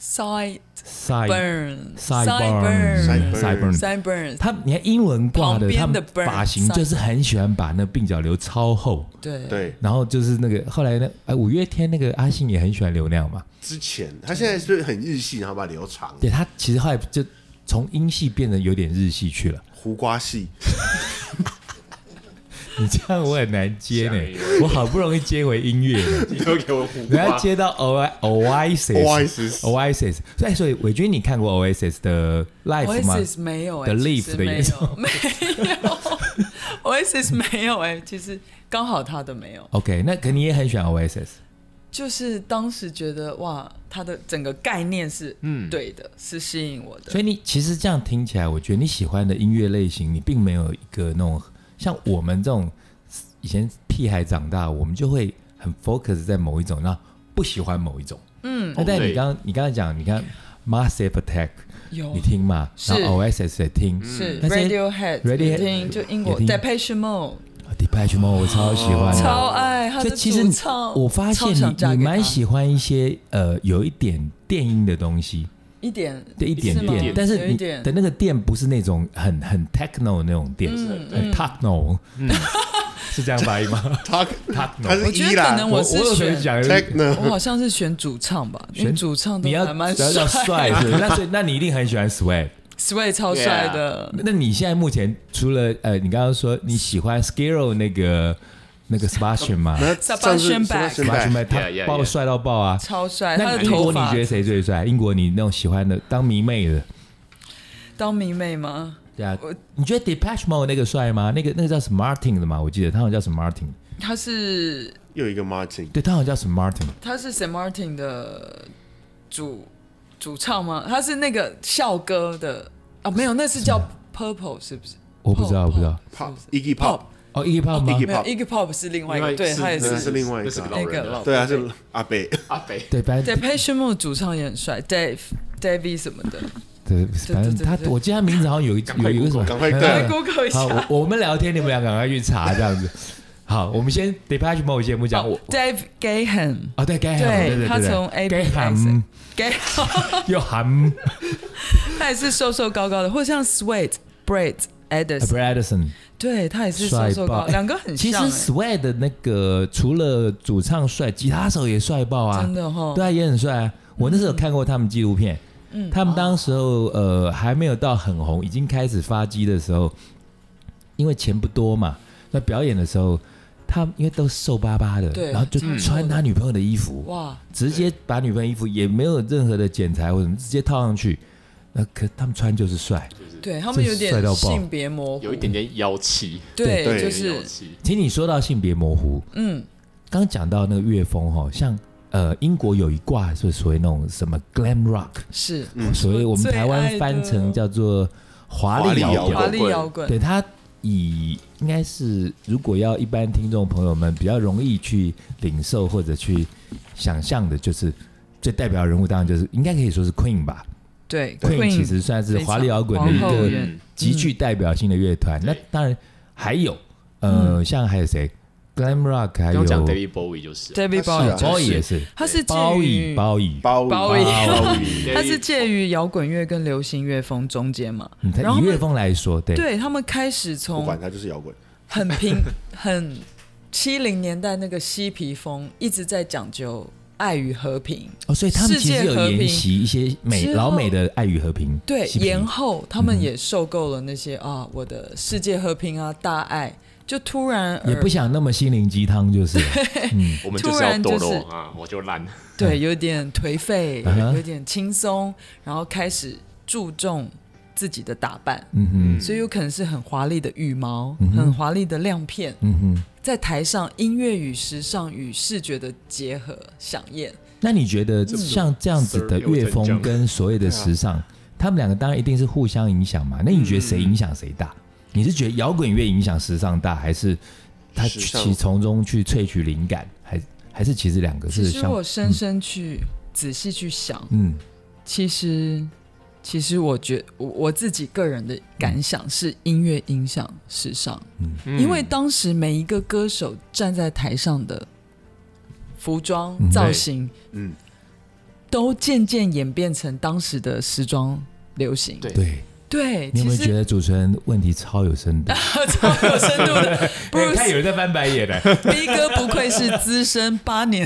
Speaker 4: side
Speaker 2: ？side
Speaker 4: burn
Speaker 2: sideburn
Speaker 1: Sideburn
Speaker 2: sideburn。
Speaker 4: side burn，
Speaker 2: 他你看英文挂
Speaker 4: 旁
Speaker 2: 的，
Speaker 4: 边
Speaker 2: 他
Speaker 4: 的
Speaker 2: 们
Speaker 4: burn，
Speaker 2: 发型
Speaker 4: side-
Speaker 2: 就是很喜欢把那鬓角留超厚，
Speaker 4: 对
Speaker 1: 对，
Speaker 2: 然后就是那个后来呢，哎，五月天那个阿信也很喜欢留那样嘛。
Speaker 1: 之前他现在是不是很日系，然后把它留长，
Speaker 2: 对他其实后来就从英系变得有点日系去了。
Speaker 1: 胡瓜系，
Speaker 2: 你这样我很难接
Speaker 3: 吓一
Speaker 2: 呢
Speaker 3: 跳，
Speaker 2: 我好不容易接回音 乐呢，
Speaker 3: 你都给我胡
Speaker 2: 人家
Speaker 3: 瓜，
Speaker 2: 接到 O Oasis
Speaker 1: Oasis
Speaker 2: Oasis，所以所以伟君你看过 Oasis 的 Live 吗？
Speaker 4: Oasis 没有哎、
Speaker 2: The
Speaker 4: 其
Speaker 2: Leaf
Speaker 4: 实
Speaker 2: 的
Speaker 4: 没
Speaker 2: 演
Speaker 4: 有
Speaker 2: 奏
Speaker 4: 没有 Oasis 没有哎、其实刚好他的没有，
Speaker 2: OK，那可你也很喜欢 Oasis，
Speaker 4: 就是当时觉得哇，他的整个概念是对的，是吸引我的
Speaker 2: 嗯所。以你其实这样听起来，我觉得你喜欢的音乐类型，你并没有一个那种像我们这种以前屁孩长大，我们就会很 focus 在某一种，那不喜欢某一种。嗯，那但你
Speaker 3: 对
Speaker 2: 刚你刚才讲，你看 Massive Attack，
Speaker 4: 有
Speaker 2: 你听嘛，
Speaker 4: 哦是
Speaker 2: 然后 Oasis 也听，
Speaker 4: 是
Speaker 2: 那些
Speaker 4: Radiohead，
Speaker 2: Radiohead-
Speaker 4: 也听就英国
Speaker 2: 也听
Speaker 4: Depeche Mode，
Speaker 2: Depeche Mode 我超喜欢的，
Speaker 4: 哦超爱他
Speaker 2: 所
Speaker 4: 的
Speaker 2: 以其实
Speaker 4: 主
Speaker 2: 你
Speaker 4: 唱，
Speaker 2: 我发现
Speaker 4: 超想
Speaker 2: 你
Speaker 4: 嫁
Speaker 2: 你
Speaker 4: 给他
Speaker 2: 蛮喜欢一些呃有一点电音的东西，
Speaker 4: 一点
Speaker 2: 对一点
Speaker 4: 是吗
Speaker 2: 点，但是
Speaker 4: 有
Speaker 2: 你
Speaker 4: 一点
Speaker 2: 的那个店不是那种很很 techno 那种店，
Speaker 4: 嗯
Speaker 2: 很 techno，是嗯 这样发音吗
Speaker 1: 他 他
Speaker 2: ？techno，
Speaker 1: 是
Speaker 4: 我觉得
Speaker 1: 一啦
Speaker 4: 可 能我是
Speaker 2: 有
Speaker 4: 选
Speaker 2: 谁讲
Speaker 1: techno
Speaker 4: 我好像是选主唱吧，因为
Speaker 2: 选
Speaker 4: 主唱都
Speaker 2: 你要
Speaker 4: 还蛮
Speaker 2: 只要要
Speaker 4: 帅
Speaker 2: 帅
Speaker 4: 的
Speaker 2: 是不 是？那所以那你一定很喜欢 Sway。
Speaker 4: ，Sway 超帅的。
Speaker 2: 那你现在目前除了呃，你刚刚说你喜欢 Skiro 那个那个 Sebastian 吗
Speaker 1: 那 上次
Speaker 4: Sebastian
Speaker 1: 上
Speaker 4: Bach
Speaker 1: 次 Bach
Speaker 2: ？Sebastian 他
Speaker 3: Yeah, yeah,
Speaker 2: 爆
Speaker 3: yeah
Speaker 2: 帅到爆啊！
Speaker 4: 超帅，他
Speaker 2: 那
Speaker 4: 的
Speaker 2: 英
Speaker 4: 头
Speaker 2: 国你
Speaker 4: 发
Speaker 2: 觉得谁最帅？英国你那种喜欢的当迷妹的，
Speaker 4: 当迷妹吗？
Speaker 2: 对啊，你觉得 Depeche Mode 那个帅吗？那个那个叫什么 Martin 的嘛？我记得他好像叫什么 Martin，
Speaker 4: 他是
Speaker 1: 又一个 Martin，
Speaker 2: 对他好像叫什么 Martin，
Speaker 4: 他是 Saint Martin 的主主唱吗？他是那个校歌的啊？没有，那是叫 Purple 是不是？
Speaker 2: 我不知道，
Speaker 4: Pop，
Speaker 2: 我不知道。
Speaker 1: Pop
Speaker 4: 是
Speaker 1: Iggy Pop，
Speaker 2: 哦，Iggy Pop 吗
Speaker 1: Iggy
Speaker 4: 没有 Iggy Pop 是另外一
Speaker 3: 另
Speaker 4: 个，
Speaker 3: 外
Speaker 4: 对他也
Speaker 1: 那个是另外一
Speaker 3: 那
Speaker 1: 个
Speaker 3: 是个
Speaker 1: 啊
Speaker 3: 老人
Speaker 4: 那
Speaker 3: 了
Speaker 4: 个，
Speaker 1: 对啊，是阿贝，
Speaker 3: 阿北，
Speaker 2: 对，反
Speaker 4: 对
Speaker 2: 正
Speaker 4: Passion Mode 主唱也很帅，Dave、Davey 什么的。
Speaker 2: 对，反正他
Speaker 4: 对对，对
Speaker 2: 我记得他名字好像有一有一个什么，
Speaker 1: 赶 快
Speaker 4: 来
Speaker 1: 对
Speaker 4: Google 一
Speaker 2: 好，
Speaker 4: 下
Speaker 2: 我我们聊天，你们俩赶快去查这样子。好，我们先 Depeche Mode 先不啊讲，我
Speaker 4: ，Dave Gahan。
Speaker 2: 哦对，该
Speaker 4: 哦对
Speaker 2: 喊，对对
Speaker 4: 他
Speaker 2: 对
Speaker 4: 从
Speaker 2: 对，
Speaker 4: A
Speaker 2: 该
Speaker 4: B
Speaker 2: 喊
Speaker 4: Gay，
Speaker 2: 又喊
Speaker 4: 他也是瘦瘦高高的，或像 Sweat、Braid、Edison，
Speaker 2: Bradson，
Speaker 4: 对他也是瘦
Speaker 2: 帅
Speaker 4: 瘦高，
Speaker 2: 爆，
Speaker 4: 两个很
Speaker 2: 其实
Speaker 4: 像欸，
Speaker 2: Sway 的那个除了主唱帅，吉他手也帅爆啊
Speaker 4: 真，的哈。
Speaker 2: 对啊，也很帅啊。我那时候有看过他们纪录片，
Speaker 4: 嗯
Speaker 2: 他们当时候呃还没有到很红，已经开始发迹的时候，因为钱不多嘛，那表演的时候，他们因为都瘦巴巴的，
Speaker 4: 对
Speaker 2: 然后就
Speaker 4: 嗯
Speaker 2: 穿他女朋友的衣服，
Speaker 4: 哇，
Speaker 2: 直接把女朋友衣服也没有任何的剪裁或者什么，直接套上去。那可他们穿就是帅，
Speaker 4: 对他们有点
Speaker 2: 这帅到爆
Speaker 4: 性别模糊，
Speaker 3: 有一点点妖气，
Speaker 1: 对
Speaker 4: 对，就
Speaker 3: 有点妖
Speaker 4: 是
Speaker 3: 气，
Speaker 2: 其实你说到性别模糊，
Speaker 4: 嗯，
Speaker 2: 刚讲到那个乐风哈、哦，像呃英国有一挂是所谓那种什么 glam rock，
Speaker 4: 是
Speaker 1: 嗯
Speaker 2: 所以我们台湾翻成叫做华丽摇
Speaker 1: 摇滚
Speaker 4: 华
Speaker 2: 滚。
Speaker 4: 丽摇滚，
Speaker 2: 对它以应该是如果要一般听众朋友们比较容易去领受或者去想象的，就是最代表人物当然就是应该可以说是 Queen 吧。
Speaker 4: 对
Speaker 2: Queen 其实算是华丽摇滚的一
Speaker 4: 皇后
Speaker 2: 个
Speaker 4: 人
Speaker 3: 嗯
Speaker 2: 极具代表性的乐团。那
Speaker 3: 对
Speaker 2: 当然还有
Speaker 4: 嗯
Speaker 2: 呃，像还有谁，Glam Rock 还
Speaker 3: 刚
Speaker 2: 有
Speaker 3: 刚讲 David Bowie 就是啊，
Speaker 4: David
Speaker 1: 他是啊
Speaker 4: Bowie，
Speaker 2: 包也是
Speaker 4: 他是介
Speaker 2: 包
Speaker 4: 于
Speaker 2: 以包以，
Speaker 3: 嗯
Speaker 1: 包
Speaker 4: 包
Speaker 2: 以
Speaker 1: 包以
Speaker 4: 他是介于摇滚乐跟流行乐风中间嘛，
Speaker 2: 嗯它
Speaker 4: 然后
Speaker 2: 以
Speaker 4: 他们
Speaker 2: 乐风来说，对
Speaker 4: 对他们开始
Speaker 1: 不
Speaker 4: 从
Speaker 1: 管他就是摇滚，
Speaker 4: 很平很七零年代那个嬉皮风，一直在讲究爱与和平。
Speaker 2: 哦，所以他们
Speaker 4: 世
Speaker 2: 其
Speaker 4: 界
Speaker 2: 实有
Speaker 4: 和
Speaker 2: 沿
Speaker 4: 平
Speaker 2: 袭一些美
Speaker 4: 之后
Speaker 2: 老美的爱与和平，
Speaker 4: 对，
Speaker 2: 嬉皮
Speaker 3: 嗯
Speaker 2: 嗯
Speaker 4: 延后他们也受够了那些、啊，我的世界和平啊，大爱，就突然而
Speaker 2: 也不想那么心灵鸡汤，就是了 嗯，
Speaker 3: 我们就是要堕落啊，我就烂，
Speaker 4: 对，有点颓废，
Speaker 2: 嗯哼
Speaker 4: 有点轻松，然后开始注重自己的打扮，
Speaker 2: 嗯哼，
Speaker 4: 所以有可能是很华丽的羽毛，
Speaker 2: 嗯哼
Speaker 4: 很华丽的亮片，
Speaker 2: 嗯哼。
Speaker 4: 在台上音乐与时尚与视觉的结合响艳。
Speaker 2: 那你觉得像这样子
Speaker 1: 嗯
Speaker 2: 的乐风跟所谓的时尚，
Speaker 1: 啊
Speaker 2: 他们两个当然一定是互相影响嘛？那你觉得谁影响谁
Speaker 1: 嗯
Speaker 2: 大？你是觉得摇滚乐影响时尚大，还是他
Speaker 1: 时尚
Speaker 2: 其从中去萃取灵感，还还是其实两个
Speaker 4: 其
Speaker 2: 是
Speaker 4: 实
Speaker 2: 相
Speaker 4: 我深深去、仔细去想，
Speaker 2: 嗯
Speaker 4: 其实其实我觉我我自己个人的感想是音乐影响时尚，
Speaker 2: 嗯
Speaker 4: 因为当时每一个歌手站在台上的服装
Speaker 2: 嗯
Speaker 4: 造型，
Speaker 1: 嗯，
Speaker 4: 都渐渐演变成当时的时装流行。
Speaker 3: 对
Speaker 2: 对？
Speaker 4: 对，
Speaker 2: 你有
Speaker 4: 其
Speaker 2: 没有觉
Speaker 4: 实
Speaker 2: 得主持人问题超有深度？
Speaker 4: 超有深度的
Speaker 2: 看有
Speaker 4: Bruce
Speaker 2: 人在翻白眼呢。
Speaker 4: B 哥不愧是资深八年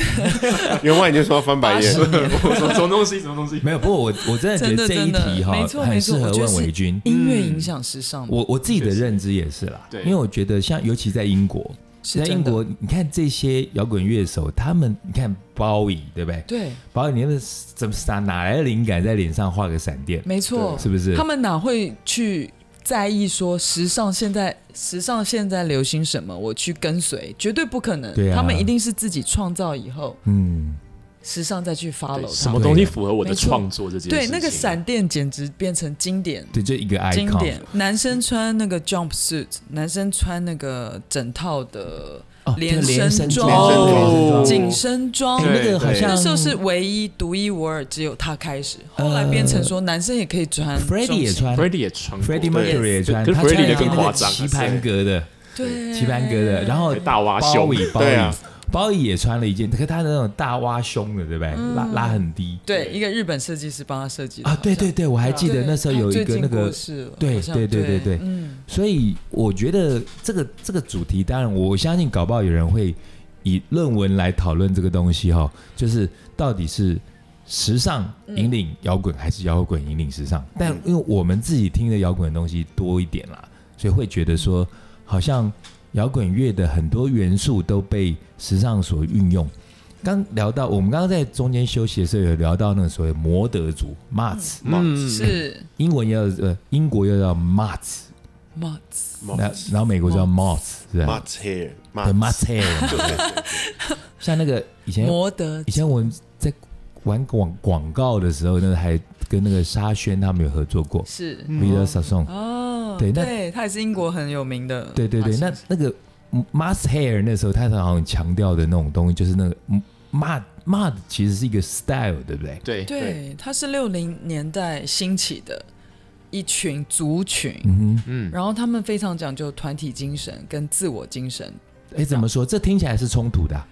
Speaker 1: 员外已经说要翻白
Speaker 4: 八
Speaker 1: 眼
Speaker 4: 十，年。
Speaker 3: 我说 什么东西，什么东西，
Speaker 2: 没有，不过我我真的觉得
Speaker 4: 真的
Speaker 2: 这一题哈
Speaker 4: 真的没错
Speaker 2: 很
Speaker 4: 没错
Speaker 2: 适合
Speaker 4: 我觉得
Speaker 2: 问
Speaker 4: 是
Speaker 2: 维军。
Speaker 4: 音乐影响时尚嘛，
Speaker 2: 我我自己的认知也是啦，
Speaker 3: 对
Speaker 2: 因为我觉得像尤其在英国，
Speaker 4: 是
Speaker 2: 在英
Speaker 4: 真的
Speaker 2: 国，你看这些摇滚乐手，他们你看包以对不对？
Speaker 4: 对，
Speaker 2: 包以你们怎么啥哪来的灵感在脸上画个闪电？
Speaker 4: 没错，
Speaker 2: 是不是
Speaker 4: 他们哪会去在意说时尚现在时尚现在流行什么，我去跟随，绝对不可能。
Speaker 2: 对啊
Speaker 4: 他们一定是自己创造以后，
Speaker 2: 嗯，
Speaker 4: 时尚再去 follow 它
Speaker 3: 什么东西符合我的创作这件事
Speaker 4: 对，
Speaker 3: 情
Speaker 4: 那个闪电简直变成经典。
Speaker 2: 对，就一个
Speaker 4: 经
Speaker 2: icon
Speaker 4: 典，男生穿那个 jumpsuit，男生穿那个整套的
Speaker 2: 哦，
Speaker 4: 连
Speaker 2: 这个
Speaker 4: 身
Speaker 2: 身
Speaker 4: 装
Speaker 1: 连身装
Speaker 2: 连身装
Speaker 4: 紧身装
Speaker 2: 哎，
Speaker 3: 哦对
Speaker 2: 那个好像
Speaker 4: 那时候是唯一独一无二，只有他开始。后来
Speaker 2: 呃
Speaker 4: 变成说，男生也可以穿
Speaker 2: Freddie 也
Speaker 4: 中性
Speaker 2: 穿
Speaker 3: Freddie 也穿
Speaker 2: 嗯
Speaker 3: 过
Speaker 1: 对
Speaker 2: Freddie Mercury 也穿，
Speaker 3: 可是
Speaker 2: 他
Speaker 3: Freddie
Speaker 2: 穿
Speaker 3: 的
Speaker 2: 一个
Speaker 3: 更
Speaker 2: 那个
Speaker 3: 夸张
Speaker 2: 棋盘格的
Speaker 4: 对
Speaker 2: 棋盘格的，然后
Speaker 3: 大挖
Speaker 2: 包
Speaker 3: 胸
Speaker 2: 以包
Speaker 1: 对
Speaker 2: 以
Speaker 1: 啊
Speaker 2: 包姨也穿了一件，可她的那种大挖胸的，对不对？拉
Speaker 4: 嗯
Speaker 2: 拉很低
Speaker 4: 对，一个日本设计师帮他设计的
Speaker 2: 啊，对对
Speaker 4: 好
Speaker 2: 对，我还
Speaker 4: 像，
Speaker 2: 记得那时候有一
Speaker 4: 啊最
Speaker 2: 个
Speaker 4: 近
Speaker 2: 那个
Speaker 4: 过世了
Speaker 2: 对
Speaker 4: 好像
Speaker 2: 对对对对
Speaker 4: 嗯，
Speaker 2: 所以我觉得这个这个主题，当然我相信搞不好有人会以论文来讨论这个东西哈、哦，就是到底是时尚
Speaker 4: 嗯
Speaker 2: 引领摇滚还是摇滚引领时尚？但因为我们自己听的摇滚的东西多一点啦，所以会觉得说好像摇滚乐的很多元素都被时尚所运用。刚聊到，我们刚刚在中间休息的时候有聊到那个所谓摩德族 Mats，、
Speaker 3: 嗯，
Speaker 4: 是
Speaker 2: 英文要呃英国要叫 Mats，
Speaker 4: Mats
Speaker 2: 然然后美国叫 Moth，是吧？
Speaker 1: Mutt hair，
Speaker 2: 对 m o t h hair，
Speaker 1: 对对对
Speaker 2: 像那个以前
Speaker 4: 摩德
Speaker 2: 以前我们在玩广广告的时候，那个还跟那个沙宣他们有合作过
Speaker 4: 是
Speaker 2: v i t a s a s o n
Speaker 4: 哦，
Speaker 2: 对那
Speaker 4: 对，他也是英国很有名的，
Speaker 2: 对对对，那那个 m o t h hair 那时候他好像强调的那种东西，就是那个 mud mud 其实是一个 style，对不对？
Speaker 3: 对，
Speaker 4: 对，他是六零年代兴起的一群族群，
Speaker 2: 嗯
Speaker 3: 嗯，
Speaker 4: 然后他们非常讲究团体精神跟自我精神，
Speaker 2: 哼，哎，怎么说？这听起来是冲突的啊、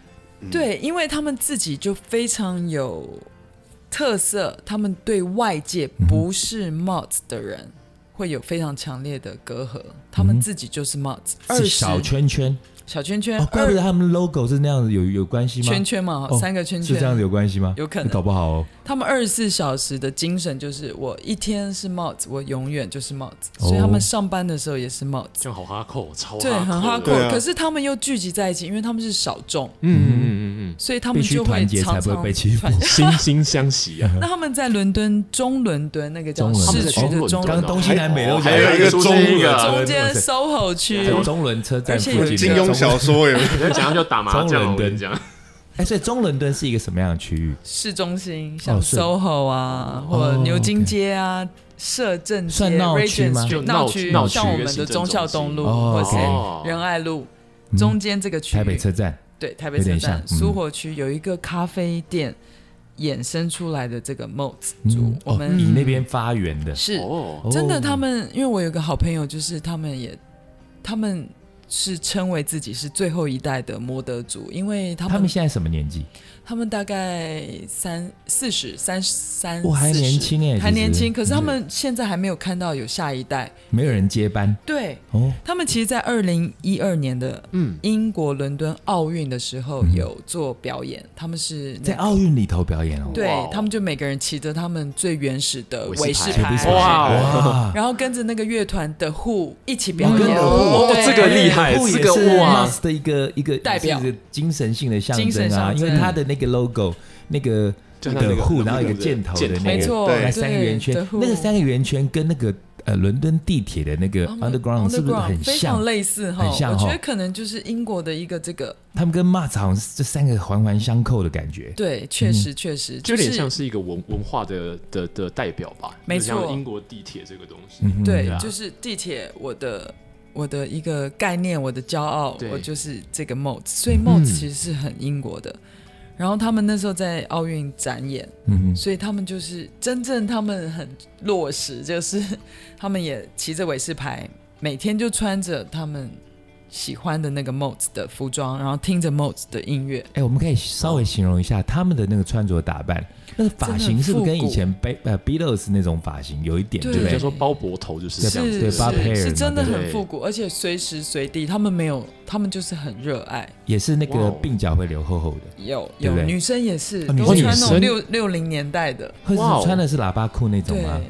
Speaker 4: 对，因为他们自己就非常有特色，他们对外界不是 Mods 的人、会有非常强烈的隔阂，他们自己就是 Mods，二
Speaker 2: 嗯是
Speaker 4: 十
Speaker 2: 小圈圈
Speaker 4: 小圈圈，
Speaker 2: 哦，怪不
Speaker 4: 二
Speaker 2: 得他们 logo 是那样子，有有关系吗？
Speaker 4: 圈圈嘛，
Speaker 2: 哦
Speaker 4: 三个圈
Speaker 2: 是
Speaker 4: 圈
Speaker 2: 这样子有关系吗？
Speaker 4: 有可能
Speaker 2: 搞不好哦。
Speaker 4: 他们二十四小时的精神就是我一天是 Mods，我永远就是 Mods，、
Speaker 2: 哦
Speaker 4: 所以他们上班的时候也是 Mods。
Speaker 3: 这样好哈扣，超
Speaker 4: 对，很哈
Speaker 3: 哈
Speaker 4: 扣
Speaker 1: 对，啊
Speaker 4: 可是他们又聚集在一起，因为他们是少众，
Speaker 3: 嗯嗯嗯嗯
Speaker 4: 所以他
Speaker 2: 必
Speaker 4: 们
Speaker 2: 须
Speaker 4: 就
Speaker 2: 团
Speaker 4: 会
Speaker 2: 结才
Speaker 4: 常
Speaker 2: 不
Speaker 4: 常
Speaker 2: 会被欺负
Speaker 4: 团。
Speaker 3: 嗯，惺惺相惜啊，
Speaker 4: 那他们在伦敦中伦敦那个叫
Speaker 2: 中伦敦
Speaker 4: 市区的中
Speaker 3: 哦
Speaker 2: 刚
Speaker 4: 伦
Speaker 2: 刚东西南北都讲
Speaker 1: 还有一个中
Speaker 3: 文啊
Speaker 4: 中间 SOHO
Speaker 2: 还
Speaker 4: 区，
Speaker 2: 有中伦车站
Speaker 4: 而且
Speaker 2: 附
Speaker 4: 有
Speaker 2: 近，
Speaker 1: 金庸小。说有
Speaker 3: 人家讲就打麻将，哦我跟你讲，
Speaker 2: 哎，所以中伦敦是一个什么样的区域？
Speaker 4: 市中心像
Speaker 2: 哦是哦
Speaker 4: SOHO 啊，或者牛津街啊、摄政街、
Speaker 2: 算闹区吗
Speaker 4: Regent Street，
Speaker 3: 就
Speaker 4: 闹
Speaker 3: 闹
Speaker 4: 区，
Speaker 3: 闹区
Speaker 4: 像我们的忠孝东路
Speaker 2: 哦嗯
Speaker 4: 或是
Speaker 3: OK
Speaker 4: 仁爱路中间这个区域，
Speaker 2: 台北车站。
Speaker 4: 对台北
Speaker 2: 有
Speaker 4: 车
Speaker 2: 点
Speaker 4: 站
Speaker 2: 像嗯
Speaker 4: 苏活区有一个咖啡店衍生出来的这个 MOD 族
Speaker 2: 嗯，
Speaker 4: 我
Speaker 2: 哦
Speaker 4: 们
Speaker 2: 以那边发源的，
Speaker 4: 是
Speaker 3: 哦，
Speaker 2: 哦
Speaker 4: 真的，他们因为我有个好朋友，就是他们也，他们是称为自己是最后一代的摩德族，因为他们
Speaker 2: 他们现在什么年纪？
Speaker 4: 他们大概三四十三三，
Speaker 2: 哇哦还
Speaker 4: 40
Speaker 2: 年轻耶
Speaker 4: 还年
Speaker 2: 其
Speaker 4: 轻，
Speaker 2: 实嗯
Speaker 4: 可是他们现在还没有看到有下一代。
Speaker 2: 没有人接班
Speaker 4: 对
Speaker 2: 哦。
Speaker 4: 他们，其实，在二零一二年的
Speaker 3: 嗯
Speaker 4: 英国伦敦奥运的时候有做表演，他们是那个
Speaker 2: 嗯在奥运里头表演哦，
Speaker 4: 对
Speaker 3: 哇哦
Speaker 4: 他们就每个人骑着他们最原始的
Speaker 3: 韦
Speaker 4: 韦
Speaker 3: 氏
Speaker 4: 氏
Speaker 3: 牌
Speaker 4: 牌，
Speaker 3: 哇
Speaker 4: 哦
Speaker 2: 哇，
Speaker 4: 然后跟着那个乐团的 Who 一起表演，
Speaker 2: 哦跟着 Who
Speaker 3: 哦
Speaker 4: 对
Speaker 3: 这个厉害
Speaker 2: 不
Speaker 3: 这
Speaker 2: 也
Speaker 3: 个
Speaker 2: 是
Speaker 3: 哇
Speaker 2: Mas 的一个一个
Speaker 4: 代表
Speaker 2: 也是一个精神性的象
Speaker 4: 精
Speaker 2: 征
Speaker 4: 神
Speaker 2: 啊，
Speaker 4: 象
Speaker 2: 因
Speaker 4: 征
Speaker 2: 为他的那个 logo 那个
Speaker 3: 就像那
Speaker 2: 的
Speaker 3: 个
Speaker 2: 户，然后一个
Speaker 3: 那个
Speaker 2: 箭头的
Speaker 3: 箭头
Speaker 2: 那
Speaker 4: 没
Speaker 2: 个，
Speaker 4: 错，
Speaker 1: 对
Speaker 2: 那
Speaker 4: 对
Speaker 2: 三个圆圈
Speaker 4: The，Who
Speaker 2: 那个三个圆圈跟那个呃伦敦地铁的那个
Speaker 4: 他们
Speaker 2: Underground 是不是
Speaker 4: 哦 Underground
Speaker 2: 很
Speaker 4: 非
Speaker 2: 像
Speaker 4: 常？类似哈，
Speaker 2: 很像
Speaker 4: 我觉
Speaker 2: 哈
Speaker 4: 得可能就是英国的一个这个，
Speaker 2: 他们跟 Mas 好像是这三个环环相扣的感觉。
Speaker 4: 对，确实确实，
Speaker 3: 嗯就有点
Speaker 4: 是
Speaker 3: 像是一个文文化的的的代表吧，
Speaker 4: 没错
Speaker 3: 就像英国地铁这个东西，
Speaker 2: 嗯哼
Speaker 4: 对
Speaker 3: 啊，
Speaker 4: 就是地铁，我的我的一个概念，我的骄傲，
Speaker 3: 对
Speaker 4: 我就是这个 MOD，所以 MOD 其实是很英国的。然后他们那时候在奥运展演，
Speaker 2: 嗯哼，
Speaker 4: 所以他们就是真正他们很落实， 就是他们也骑着韦氏牌，每天就穿着他们喜欢的那个 MOD 的服装，然后听着 MOD 的音乐，
Speaker 2: 哎，我们可以稍微形容一下他们的那个穿着打扮，那个发型是不是跟以前 Be 呃 Beatles 那种发型有一点，
Speaker 4: 对
Speaker 2: 对
Speaker 3: 就
Speaker 2: 不
Speaker 3: 人家
Speaker 2: 对？
Speaker 3: 说包脖头就是这样
Speaker 4: 是
Speaker 3: 子，
Speaker 2: 对
Speaker 4: 是
Speaker 2: 八配
Speaker 4: 是真的
Speaker 3: 对不
Speaker 4: 很
Speaker 3: 对
Speaker 4: 复古，而且随时随地他们没有，他们就是很热爱。
Speaker 2: 也是那
Speaker 3: 哇
Speaker 2: 个
Speaker 3: 哦
Speaker 2: 鬓角会留厚厚的，
Speaker 4: 有
Speaker 2: 对
Speaker 4: 有
Speaker 2: 不对
Speaker 4: 女生也是，
Speaker 2: 哦女
Speaker 4: 都
Speaker 2: 生
Speaker 4: 穿
Speaker 2: 也
Speaker 4: 那
Speaker 2: 是
Speaker 4: 种六六零年代的，
Speaker 2: 或者
Speaker 3: 哇哦
Speaker 2: 是穿的是喇叭裤那种
Speaker 4: 对，
Speaker 2: 吗？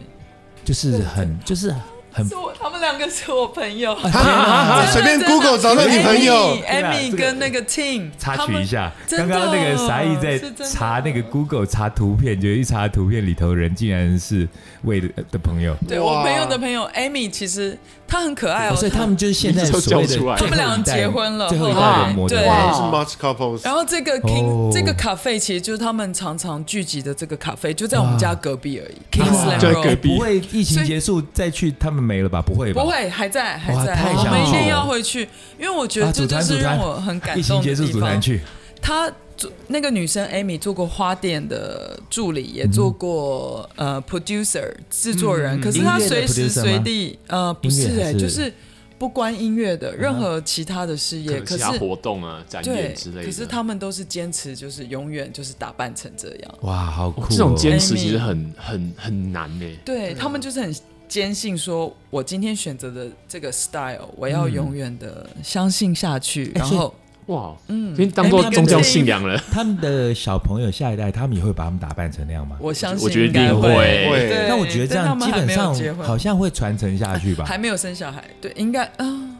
Speaker 2: 就是很就是很
Speaker 4: 是我他们两个是我朋友，
Speaker 1: 他啊随便 Google 找到女朋友，
Speaker 2: 对啊这
Speaker 4: Amy
Speaker 2: 个
Speaker 4: 跟那个 Tim
Speaker 2: 插曲一，下，
Speaker 4: 真
Speaker 2: 刚
Speaker 4: 的
Speaker 2: 刚那个傻义在
Speaker 4: 是真的
Speaker 2: 查那个 Google 查图片，就一查图片里头人竟然是魏的的朋友，
Speaker 4: 他们对
Speaker 1: 哇
Speaker 4: 我朋友的朋友 Amy 其实她很可爱
Speaker 2: 哦
Speaker 4: 哦，
Speaker 2: 所以他们就是现在
Speaker 3: 名字都
Speaker 2: 所谓的
Speaker 3: 叫出来
Speaker 4: 他们
Speaker 2: 最后
Speaker 4: 俩
Speaker 2: 一代
Speaker 4: 结婚了，
Speaker 2: 最后一
Speaker 4: 后
Speaker 2: 代
Speaker 4: 来
Speaker 2: 的模特
Speaker 4: 对
Speaker 2: 儿。
Speaker 1: 哇
Speaker 3: 哇
Speaker 1: 是 much couples，
Speaker 4: 然后这个 King、
Speaker 2: 哦
Speaker 4: 这个咖啡其实就是他们常常聚集的这个咖啡，就在我们家隔壁而已。
Speaker 2: 哇
Speaker 4: Kingsland
Speaker 3: 就在隔
Speaker 4: Road
Speaker 3: 壁
Speaker 2: 不会疫
Speaker 4: 所
Speaker 2: 情
Speaker 4: 以
Speaker 2: 结束再去他们没了吧？不会吧？
Speaker 4: 不会，还在还
Speaker 2: 哇
Speaker 4: 在
Speaker 2: 太，
Speaker 4: 我
Speaker 3: 想
Speaker 4: 们一
Speaker 3: 去
Speaker 4: 定
Speaker 3: 了
Speaker 4: 要回去，因为我觉
Speaker 2: 啊
Speaker 4: 得这
Speaker 2: 组
Speaker 4: 就
Speaker 2: 团
Speaker 4: 是
Speaker 2: 组团
Speaker 4: 让我很感
Speaker 2: 疫情
Speaker 4: 动
Speaker 2: 结
Speaker 4: 的
Speaker 2: 束
Speaker 4: 地
Speaker 2: 组团
Speaker 4: 方。
Speaker 2: 去，
Speaker 4: 她做那个女生 Amy 做过花店的助理，也做过、呃 producer 制作人，可是她
Speaker 2: 音乐的
Speaker 4: 随时
Speaker 2: producer 吗
Speaker 4: 随地呃不
Speaker 2: 音乐
Speaker 4: 是
Speaker 2: 还
Speaker 4: 哎、
Speaker 2: 是
Speaker 4: 就是不关音乐的，任何其他的事
Speaker 3: 可
Speaker 4: 业，
Speaker 3: 能
Speaker 4: 可
Speaker 3: 其
Speaker 4: 是
Speaker 3: 他活动啊、展
Speaker 4: 对
Speaker 3: 演之类，的。
Speaker 4: 可是他们都是坚持，就是永远就是打扮成这样。
Speaker 2: 哇，好酷、
Speaker 3: 哦
Speaker 2: 哦！
Speaker 3: 这种坚持
Speaker 4: Amy
Speaker 3: 其实很很很难欸呢。
Speaker 4: 对他们就是很坚信说，我今天选择的这个 style，我要永远的相信下去。
Speaker 3: 哎
Speaker 4: 然后，
Speaker 3: 哇，
Speaker 4: 嗯哎
Speaker 3: 已经当做
Speaker 2: Amy
Speaker 3: 宗教
Speaker 2: 跟
Speaker 3: 信仰了。
Speaker 2: 他们的小朋友下一代，他们也会把他们打扮成那样吗？
Speaker 4: 我相
Speaker 3: 我
Speaker 4: 信
Speaker 3: 觉得
Speaker 4: 应该
Speaker 3: 一定
Speaker 2: 会
Speaker 1: 会
Speaker 4: 对，
Speaker 2: 那我觉得这
Speaker 4: 但他
Speaker 2: 样
Speaker 4: 们
Speaker 2: 基
Speaker 4: 还
Speaker 2: 本
Speaker 4: 没有
Speaker 2: 上
Speaker 4: 结婚
Speaker 2: 好像会传承下去吧
Speaker 4: 还。没有生小孩，对，应该啊、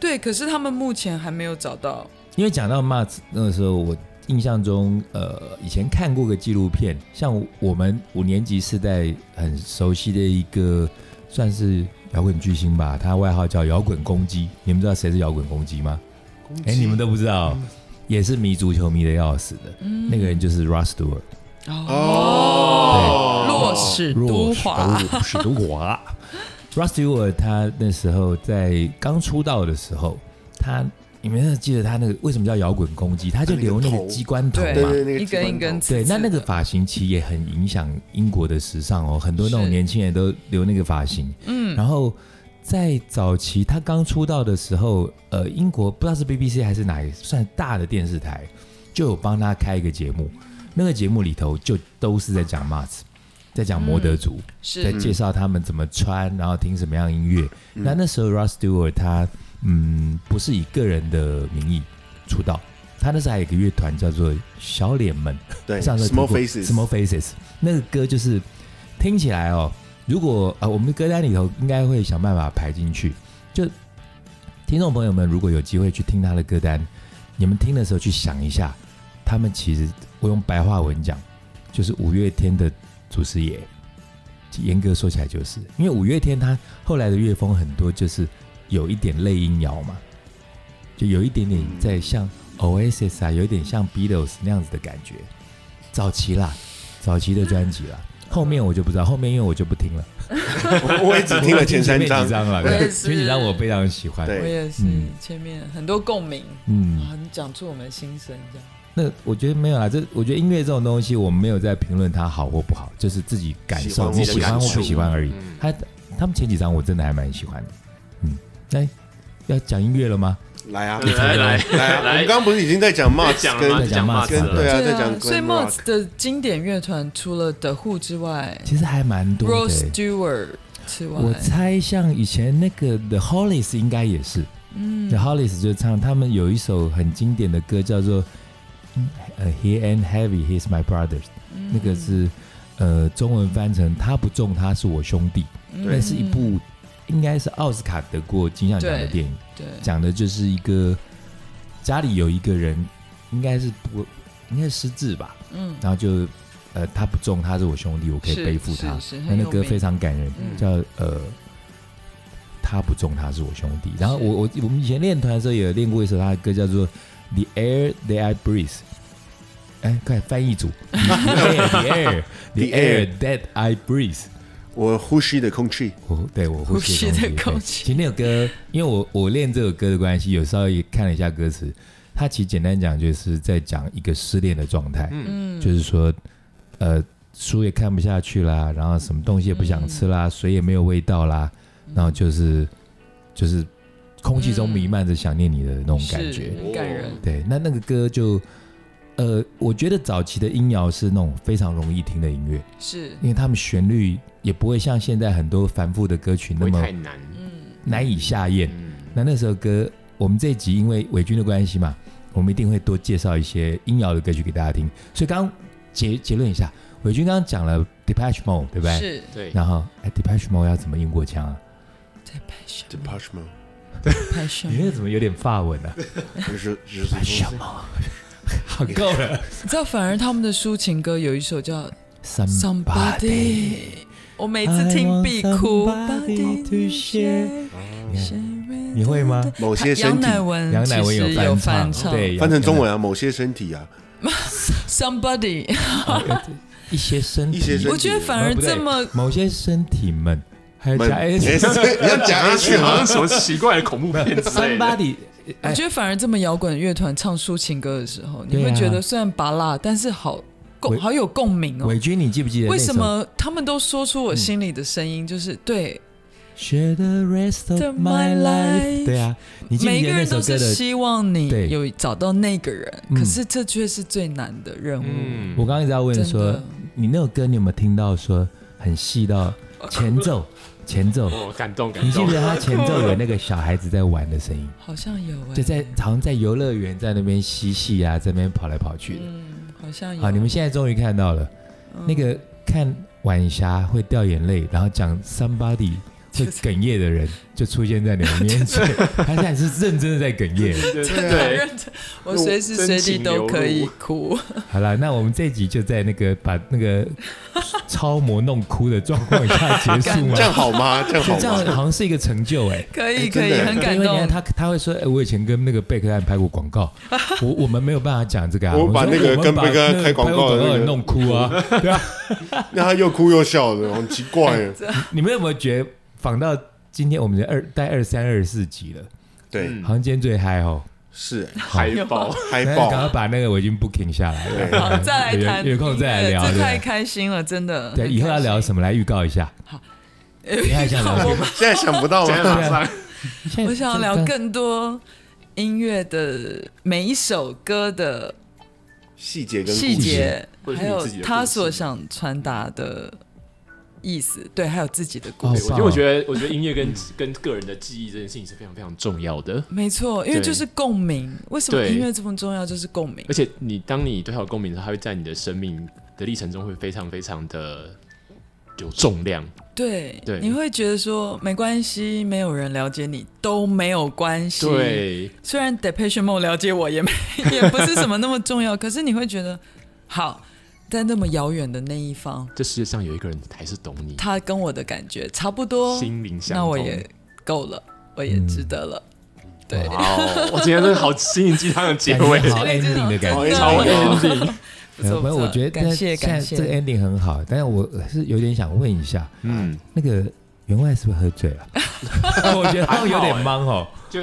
Speaker 4: 对。可是他们目前还没有找到，
Speaker 2: 因为讲到 m a r 那个时候，我印象中，呃，以前看过个纪录片，像我们五年级世代很熟悉的一个，算是摇滚巨星吧，他外号叫摇滚公鸡。你们知道谁是摇滚公鸡吗？哎、你们都不知道，也是迷足球迷的要死的。
Speaker 4: 嗯，
Speaker 2: 那个人就是 Rod Stewart，
Speaker 1: 哦
Speaker 4: 落史都
Speaker 2: 若是
Speaker 4: 华，
Speaker 2: 史都华。Rod Stewart 他那时候在刚出道的时候，他你们记得他那个为什么叫摇滚公鸡？他就留那
Speaker 1: 那个
Speaker 2: 个
Speaker 1: 头
Speaker 2: 鸡冠头
Speaker 4: 对
Speaker 1: 对
Speaker 2: 嘛。
Speaker 1: 对，那个
Speaker 4: 一
Speaker 1: 机关
Speaker 4: 根一根
Speaker 1: 头
Speaker 4: 刺
Speaker 2: 对，
Speaker 4: 刺
Speaker 2: 那那个
Speaker 4: 的
Speaker 2: 发型其实也很影响英国的时尚哦，很多那种
Speaker 4: 是
Speaker 2: 年轻人都留那个发型。
Speaker 4: 嗯，
Speaker 2: 然后在早期他刚出道的时候，呃，英国不知道是 BBC 还是哪一算大的电视台，就有帮他开一个节目，那个节目里头就都是在讲 Mars，在讲摩德族。在
Speaker 4: 嗯是嗯
Speaker 2: 介绍他们怎么穿，然后听什么样音乐。那那时候 Ross Stewart 他嗯不是以个人的名义出道，他那时候还有一个乐团叫做小脸们，
Speaker 1: 对
Speaker 2: 上次
Speaker 1: ，small faces，
Speaker 2: Small Faces 那个歌就是听起来哦，如果呃我们歌单里头应该会想办法排进去。就听众朋友们，如果有机会去听他的歌单，你们听的时候去想一下，他们其实我用白话文讲，就是五月天的祖师爷。严格说起来，就是因为五月天他后来的乐风很多，就是有一点类音摇嘛，就有一点点在像 Oasis 啊，有一点像 Beatles 那样子的感觉。早期啦，早期的专辑啦，后面我就不知道，后面因为我就不听了，
Speaker 1: 我我也只听了前 三
Speaker 2: 前面
Speaker 1: 章
Speaker 2: 几，张了，
Speaker 4: 我也
Speaker 2: 对
Speaker 4: 是
Speaker 2: 前几张我非常喜欢。
Speaker 1: 对
Speaker 4: 我也是
Speaker 2: 嗯
Speaker 4: 前面很多共鸣
Speaker 2: 嗯，
Speaker 4: 啊，你讲出我们的心声这样，
Speaker 2: 那我觉得没有啦，这我觉得音乐这种东西，我们没有在评论它好或不好，就是自己感受，
Speaker 1: 喜欢
Speaker 2: 你
Speaker 1: 或不喜
Speaker 2: 喜欢或
Speaker 1: 欢
Speaker 2: 不喜欢而已。
Speaker 3: 嗯
Speaker 2: 他他们前几张我真的还蛮喜欢的，嗯，那要讲音乐了吗？
Speaker 1: 来啊，
Speaker 3: 来来
Speaker 1: 来啊！我们
Speaker 3: 来，
Speaker 1: 刚刚不是已经在讲 Mars
Speaker 3: 讲了吗？
Speaker 1: 跟
Speaker 2: 在讲
Speaker 3: 讲
Speaker 2: Mars
Speaker 3: 嘛？
Speaker 1: 跟
Speaker 2: 了
Speaker 1: 对啊，在
Speaker 4: 对
Speaker 1: 讲
Speaker 4: 啊，所以
Speaker 1: Glam
Speaker 4: Mods
Speaker 1: Rock
Speaker 4: 的经典乐团除了 The Who 之外
Speaker 2: 其实还蛮多的、欸
Speaker 4: ，Rose Stewart 之
Speaker 2: 我
Speaker 4: 外，
Speaker 2: 猜像以前那个 The Hollies 应该也是、
Speaker 4: 嗯
Speaker 2: The Hollies 就唱他们有一首很经典的歌叫做嗯呃 He and Heavy He's My Brother，、那
Speaker 4: 嗯
Speaker 2: 个是呃中文翻成他不中他是我兄弟，
Speaker 4: 嗯
Speaker 2: 那是一部应该是奥斯卡得过金像奖的
Speaker 4: 对
Speaker 2: 电影，
Speaker 4: 嗯对
Speaker 2: 讲的就是一个家里有一个人应该是不应该是失智吧，
Speaker 4: 嗯，
Speaker 2: 然后就呃他不中他是我兄弟，我可以
Speaker 4: 是
Speaker 2: 背负他，
Speaker 4: 是是
Speaker 2: 那
Speaker 4: 很
Speaker 2: 那
Speaker 4: 有
Speaker 2: 歌
Speaker 4: 名
Speaker 2: 非常感人。
Speaker 4: 嗯
Speaker 2: 叫呃，他不中他是我兄弟。然后
Speaker 4: 是
Speaker 2: 我我我们以前练团的时候也练过一首他的歌，叫做《The Air That I Breathe》。哎，快翻译组，The air, the air, the air that I breathe。
Speaker 1: 我呼吸的空气，
Speaker 2: 我对我呼吸
Speaker 4: 呼吸
Speaker 2: 的
Speaker 4: 的空
Speaker 2: 空
Speaker 4: 气
Speaker 2: 气。其实那首歌，因为我我练这首歌的关系，有时候也看了一下歌词，它其实简单讲就是在讲一个失恋的状态。
Speaker 4: 嗯，
Speaker 2: 就是说，呃，书也看不下去啦，然后什么东西也不想吃
Speaker 4: 嗯
Speaker 2: 啦，水也没有味道啦，然后就是就是空气中弥漫着想念你的那种
Speaker 4: 嗯是
Speaker 2: 感觉。
Speaker 4: 很感人，
Speaker 1: 哦
Speaker 2: 对，那那个歌就，呃，我觉得早期的音摇是那种非常容易听的音乐，
Speaker 4: 是
Speaker 2: 因为他们旋律也不会像现在很多繁复的歌曲那
Speaker 3: 不会
Speaker 2: 么
Speaker 3: 太难。
Speaker 4: 嗯
Speaker 2: 难以下咽。
Speaker 3: 嗯
Speaker 2: 那那首歌，我们这一集因为伟军的关系嘛，我们一定会多介绍一些音摇的歌曲给大家听。所以刚刚结结论一下，伟军刚刚讲了 Depeche Mode，对不对？
Speaker 4: 是
Speaker 3: 对，
Speaker 2: 然后，哎，Depeche Mode 要怎么英国腔啊？
Speaker 4: 在拍什
Speaker 1: d e
Speaker 4: 么
Speaker 1: p a r t m e n
Speaker 4: 拍什
Speaker 2: 你那
Speaker 4: 么？
Speaker 2: 个怎么有点法文啊
Speaker 1: t 就是就是
Speaker 2: ？Depeche Mode，好够了。
Speaker 4: 你知道，反而他们的抒情歌有一首叫 Somebody，我每次听必
Speaker 2: I want
Speaker 4: 哭。
Speaker 2: somebody
Speaker 4: Body
Speaker 2: to share 你看
Speaker 4: share
Speaker 2: 你会吗？
Speaker 1: 某些身
Speaker 4: 杨
Speaker 1: 体
Speaker 4: 乃文
Speaker 2: 杨乃文
Speaker 4: 嗯其实
Speaker 2: 有
Speaker 4: 翻
Speaker 2: 唱，对，
Speaker 1: 翻成中文啊，某些身体啊，
Speaker 4: Somebody，
Speaker 2: 一些身体，
Speaker 1: 一些身体
Speaker 4: 我觉得反而
Speaker 2: 不对
Speaker 4: 这么
Speaker 2: 某些身体们，还有
Speaker 1: 们
Speaker 2: 加 S，
Speaker 1: 你要讲下去
Speaker 3: 好
Speaker 1: 啊
Speaker 3: 像，什么奇怪的恐怖片之类的。
Speaker 2: somebody，
Speaker 4: 我觉得反而这么摇滚乐团唱抒情歌的时候，你
Speaker 2: 对
Speaker 4: 会
Speaker 2: 啊
Speaker 4: 觉得虽然拔辣，但是好共
Speaker 2: 喂
Speaker 4: 好有共鸣哦。
Speaker 2: 伟军，你记不记得那嗯
Speaker 4: 为
Speaker 2: 首
Speaker 4: 什么他们都说出我心里的声音？就是对
Speaker 2: share the rest of
Speaker 4: The
Speaker 2: my
Speaker 4: my
Speaker 2: life。
Speaker 4: life
Speaker 2: 对啊，你记不
Speaker 4: 每
Speaker 2: 记
Speaker 4: 个
Speaker 2: 得那
Speaker 4: 人
Speaker 2: 首
Speaker 4: 都
Speaker 2: 歌
Speaker 4: 是
Speaker 2: 的？
Speaker 4: 希望你
Speaker 2: 对
Speaker 4: 有找到那个人，
Speaker 2: 嗯
Speaker 4: 可是这却是最难的任务。
Speaker 3: 嗯，
Speaker 2: 我刚刚一直在问
Speaker 4: 真
Speaker 2: 说
Speaker 4: 的，，
Speaker 2: 你那首歌你有没有听到说很细到
Speaker 4: 哦
Speaker 2: 前 奏？前奏，
Speaker 3: 哦，感动感
Speaker 2: 你记
Speaker 3: 动
Speaker 2: 不记，得他前奏有那个小孩子在玩的声音？
Speaker 4: 好像有哎、
Speaker 2: 就在好像在游乐园在那边嬉戏啊，在那边跑来跑去的。
Speaker 4: 嗯，好像有。
Speaker 2: 好，你们现在终于看到了
Speaker 4: 嗯
Speaker 2: 那个看晚霞会掉眼泪，然后讲 somebody 会哽咽的人，就出现在你们面前。他现在是认真的在哽咽。
Speaker 3: 对
Speaker 4: 真的很
Speaker 3: 对，
Speaker 4: 认真， 我随时随地都可以哭。
Speaker 2: 好了，那我们这一集就在那个把那个超模弄哭的状况下结束吗
Speaker 1: 这？ 样好吗？这样
Speaker 2: 就这
Speaker 1: 好
Speaker 2: 样
Speaker 1: 吗？
Speaker 2: 好像是一个成就哎、
Speaker 4: 可以
Speaker 1: 哎
Speaker 4: 可
Speaker 1: 真
Speaker 4: 以，
Speaker 1: 的
Speaker 4: 很感
Speaker 2: 因为你
Speaker 4: 动
Speaker 2: 看。他他会说，哎、我以前跟那个贝克汉拍过广告，我我们没有办法讲这个啊，
Speaker 1: 我
Speaker 2: 们
Speaker 1: 把
Speaker 2: 说
Speaker 1: 那个
Speaker 2: 我们
Speaker 1: 跟
Speaker 2: 把
Speaker 1: 贝克汉
Speaker 2: 那个
Speaker 1: 开广
Speaker 2: 拍
Speaker 1: 告的
Speaker 2: 过
Speaker 1: 那
Speaker 2: 的
Speaker 1: 个
Speaker 2: 弄哭啊，对啊，
Speaker 1: 那他又哭又笑的，很奇怪啊耶。
Speaker 2: 你们有没有觉得，仿到今天我们的二带二三二四集了，
Speaker 1: 对，
Speaker 3: 嗯
Speaker 2: 好像今天最嗨哦，
Speaker 1: 是耶
Speaker 3: 海报，
Speaker 1: 嗨
Speaker 2: 那赶快
Speaker 1: 爆，
Speaker 2: 把那个我已经 booking 下来了，
Speaker 4: 好，再来
Speaker 2: 有
Speaker 4: 谈
Speaker 2: 有空再来
Speaker 4: 音乐
Speaker 2: 聊，
Speaker 4: 这太
Speaker 2: 对
Speaker 4: 开心了，真的。
Speaker 2: 对，以后要聊
Speaker 4: 么？
Speaker 2: 什么来预告一下，
Speaker 4: 你
Speaker 2: 还想聊什么
Speaker 4: 我
Speaker 1: 现在想不到
Speaker 3: 现在
Speaker 1: 吗？
Speaker 3: 马上
Speaker 2: 现在
Speaker 4: 我想
Speaker 2: 哎这
Speaker 4: 聊
Speaker 2: 刚
Speaker 4: 更多音乐的每一首歌的
Speaker 1: 细节跟故
Speaker 4: 细
Speaker 1: 事
Speaker 4: 节，
Speaker 3: 或者
Speaker 4: 还
Speaker 3: 是你
Speaker 4: 有
Speaker 3: 自己的故事
Speaker 4: 他所想传达的意思，对，还有自己的故
Speaker 2: 好
Speaker 3: 对
Speaker 4: 事。
Speaker 2: 棒
Speaker 3: 我
Speaker 2: 哦
Speaker 3: 觉得我觉得我觉得音乐跟跟个人的记忆这件事情是非常非常重要的。
Speaker 4: 没错，因为
Speaker 3: 对
Speaker 4: 就是共鸣。为什么
Speaker 3: 对
Speaker 4: 音乐这么重要？就是共鸣
Speaker 3: 而。且你当你对他有共鸣的时候，他会在你的生命的历程中会非常非常的有重量。
Speaker 4: 对，
Speaker 3: 对
Speaker 4: 你会觉得说没关系，没有人了解你都没有关系。，
Speaker 3: 对，
Speaker 4: 虽然 Depression Mode 了解 我也没也不是什么那么重要，可是你会觉得好，在那么遥远的那一方，
Speaker 3: 这世界上有一个人还是懂你，
Speaker 4: 他跟我的感觉差不多，
Speaker 3: 心灵相
Speaker 4: 那
Speaker 3: 通。
Speaker 4: 我也够了，我也值得了。对，
Speaker 3: 哇哦，我今天真的好心灵鸡汤的结尾
Speaker 2: 感觉，好
Speaker 4: 对
Speaker 2: ending 的感
Speaker 3: 好
Speaker 1: 哦
Speaker 2: 觉，
Speaker 4: 真的
Speaker 3: 超 ending。
Speaker 4: 不错
Speaker 2: 没
Speaker 4: 不
Speaker 2: 有，
Speaker 4: 错，
Speaker 2: 我觉得
Speaker 4: 感谢
Speaker 2: 现在
Speaker 4: 感
Speaker 2: 这个
Speaker 4: 谢。
Speaker 2: ending 很好，但是我是有点想问一下，
Speaker 3: 嗯，
Speaker 2: 那个员外是不是喝醉 了？我觉得他有点懵 哦，
Speaker 3: 就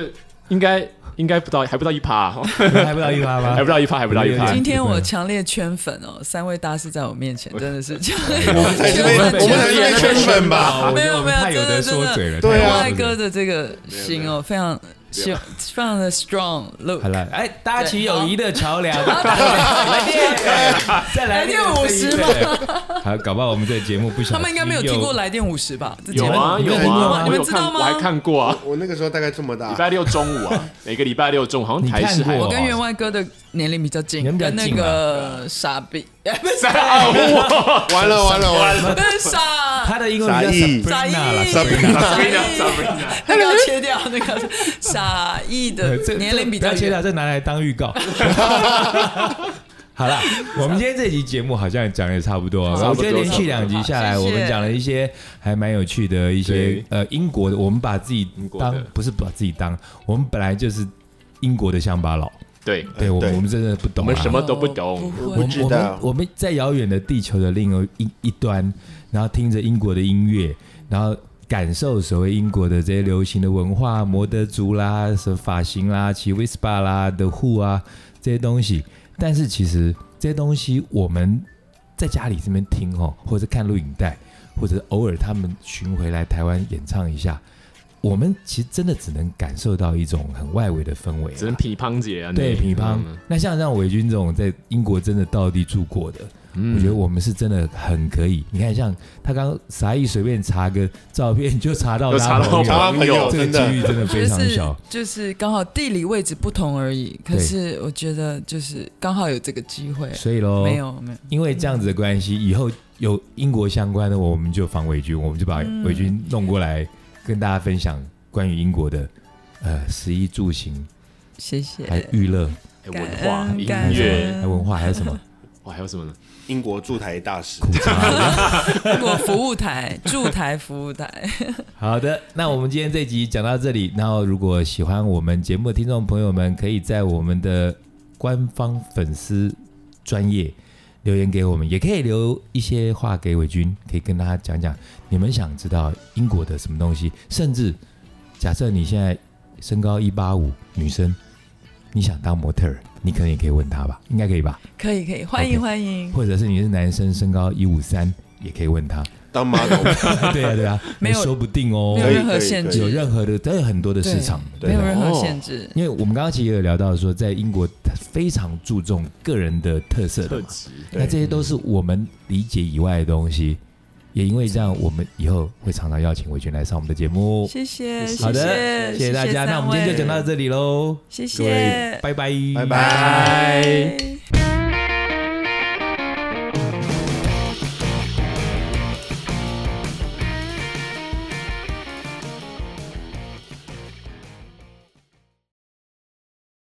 Speaker 3: 应该应该不到，还不到一趴，啊
Speaker 2: 还不到一趴
Speaker 4: 啊
Speaker 2: 吗？
Speaker 3: 还不到一趴，还不到一趴
Speaker 2: 有。
Speaker 4: 今
Speaker 2: 点
Speaker 4: 天我强烈圈粉哦，三位大师在我面前真的是强烈
Speaker 1: 我们才是被
Speaker 4: 圈粉
Speaker 1: 我们才是被圈粉吧？
Speaker 2: 我觉
Speaker 4: 没
Speaker 2: 得
Speaker 4: 有
Speaker 2: 我
Speaker 4: 没
Speaker 2: 们
Speaker 4: 有
Speaker 2: 太有
Speaker 4: 真
Speaker 2: 得
Speaker 4: 的
Speaker 2: 说嘴了。
Speaker 1: 真的对啊
Speaker 4: 热
Speaker 2: 太
Speaker 4: 爱
Speaker 2: 有得说嘴了
Speaker 4: 哥的这个心哦，非常希非常的 strong look
Speaker 2: 好。了，哎，搭起
Speaker 4: 对
Speaker 2: 友谊的桥梁，来电，再来电
Speaker 4: 来电50
Speaker 2: 吗？好，搞不好我们这个节目不小心
Speaker 4: 他们应该没有听过
Speaker 2: 又。
Speaker 4: 来电五十吧？这节
Speaker 3: 有
Speaker 4: 目
Speaker 3: 啊
Speaker 2: 你
Speaker 3: 有
Speaker 2: 们
Speaker 3: 啊，我
Speaker 4: 你们
Speaker 3: 有
Speaker 4: 知
Speaker 3: 看
Speaker 4: 道，吗
Speaker 3: 我还看过啊。
Speaker 1: 我那个时候大概这么大
Speaker 3: 礼，拜六中午啊，每个礼拜六中午好像台视还
Speaker 2: 你看过
Speaker 3: 有
Speaker 4: 我跟员外哥的年龄比较近，
Speaker 2: 年龄比较
Speaker 4: 跟
Speaker 2: 近啊
Speaker 4: 那个傻逼，
Speaker 3: 啊
Speaker 1: 完了完了完了，
Speaker 4: 跟傻
Speaker 2: 他的英文名叫
Speaker 4: 傻义
Speaker 2: Sabrina 啦
Speaker 4: 傻义
Speaker 2: Sabrina 啦，
Speaker 4: 那个要切掉那个傻义的
Speaker 2: 呃这
Speaker 4: 年龄比较
Speaker 2: 这不要切
Speaker 4: 远
Speaker 2: 掉，。这拿来当预告。 好啦，我们今天这集节目好像讲的也差不多了，
Speaker 3: 差
Speaker 2: 我
Speaker 3: 不多
Speaker 2: 觉得连续两集下来，
Speaker 4: 差不
Speaker 2: 我
Speaker 4: 多
Speaker 2: 们讲了一些还蛮有趣的一些
Speaker 3: 对
Speaker 2: 呃英国的，我们把自己
Speaker 3: 英国的
Speaker 2: 当不是把自己当，我们本来就是英国的乡巴佬，
Speaker 3: 对，
Speaker 2: 对我
Speaker 1: 对
Speaker 2: 们我们真的不懂啊，
Speaker 3: 我们什么都不
Speaker 4: 哦
Speaker 3: 懂，
Speaker 4: 不
Speaker 2: 我
Speaker 4: 会
Speaker 2: 们
Speaker 1: 知
Speaker 2: 我们
Speaker 1: 道
Speaker 2: 我们在遥远的地球的另一一端，然后听着英国的音乐，然后感受所谓英国的这些流行的文化，摩德族啦、什么发型啦、骑 v i s p a 啦、的 Who 啊这些东西。但是其实这些东西我们在家里这边听哦，或者看录影带，或者偶尔他们巡回来台湾演唱一下，我们其实真的只能感受到一种很外围的氛围啦，
Speaker 3: 只能乒乓姐啊，
Speaker 2: 对乒
Speaker 3: 你
Speaker 2: 乓。那像让伟军这种在英国真的到地住过的，
Speaker 3: 嗯
Speaker 2: 我觉得我们是真的很可以。你看，像他刚啥意随便查个照片就查到
Speaker 3: 有
Speaker 2: 他
Speaker 3: 查到
Speaker 2: 朋友
Speaker 1: 查到朋友
Speaker 2: 这个
Speaker 1: 真的
Speaker 2: 几率真的非
Speaker 4: 就
Speaker 2: 常
Speaker 4: 是
Speaker 2: 小。
Speaker 4: 就是刚好地理位置不同而已，可是我觉得就是刚好有这个机会，
Speaker 2: 所以喽，
Speaker 4: 没有没有，
Speaker 2: 因为这样子的关系，以后有英国相关的，我们就访伟军，我们就把
Speaker 4: 嗯
Speaker 2: 伟军弄过来跟大家分享关于英国的呃食衣住行，
Speaker 4: 谢谢。
Speaker 2: 还有娱乐，
Speaker 3: 哎文化、
Speaker 4: 感恩
Speaker 3: 音
Speaker 4: 感恩
Speaker 3: 乐，
Speaker 2: 还有文化，还有什么
Speaker 3: 哇，还有什么呢？
Speaker 1: 英国驻台大使，
Speaker 2: 苦茶。
Speaker 4: 英国服务台、驻台服务台，
Speaker 2: 好的，那我们今天这集讲到这里。然后，如果喜欢我们节目的听众朋友们，可以在我们的官方粉丝专业留言给我们，也可以留一些话给伟军，可以跟他讲讲你们想知道英国的什么东西，甚至假设你现在身高一八五，女生，你想当模特儿，你可能也可以问他吧，应 该可以吧？
Speaker 4: 可以可以，欢
Speaker 2: OK
Speaker 4: 迎
Speaker 2: 哦
Speaker 4: 欢迎。
Speaker 2: 或者是你是男生，身高一五三，也可以问他。
Speaker 1: 当 model，
Speaker 2: 对啊对啊，
Speaker 4: 没有
Speaker 2: 也说不定哦
Speaker 4: 没，有
Speaker 1: 可以
Speaker 4: 任何
Speaker 1: 可以
Speaker 4: 限
Speaker 1: 可以
Speaker 4: 制，
Speaker 2: 有任何的，哦都有很多的市场，
Speaker 4: 对，没有
Speaker 2: 吧
Speaker 4: 任何限制，
Speaker 2: 因为我们刚刚其实也有聊到说，在英国它非常注重个人的特色的
Speaker 3: 特
Speaker 2: 嘛，
Speaker 3: 质，
Speaker 2: 那这
Speaker 1: 对
Speaker 2: 些都是我们理解以外的东西。也因为这样，我们以后会常常邀请伟军来上我们的节目。
Speaker 4: 谢谢，
Speaker 2: 好的
Speaker 4: 谢
Speaker 2: 谢谢大家，那我们今天就讲到这里喽，
Speaker 4: 谢
Speaker 2: 各位
Speaker 4: 谢，
Speaker 2: 拜拜，
Speaker 1: 拜拜
Speaker 4: 拜。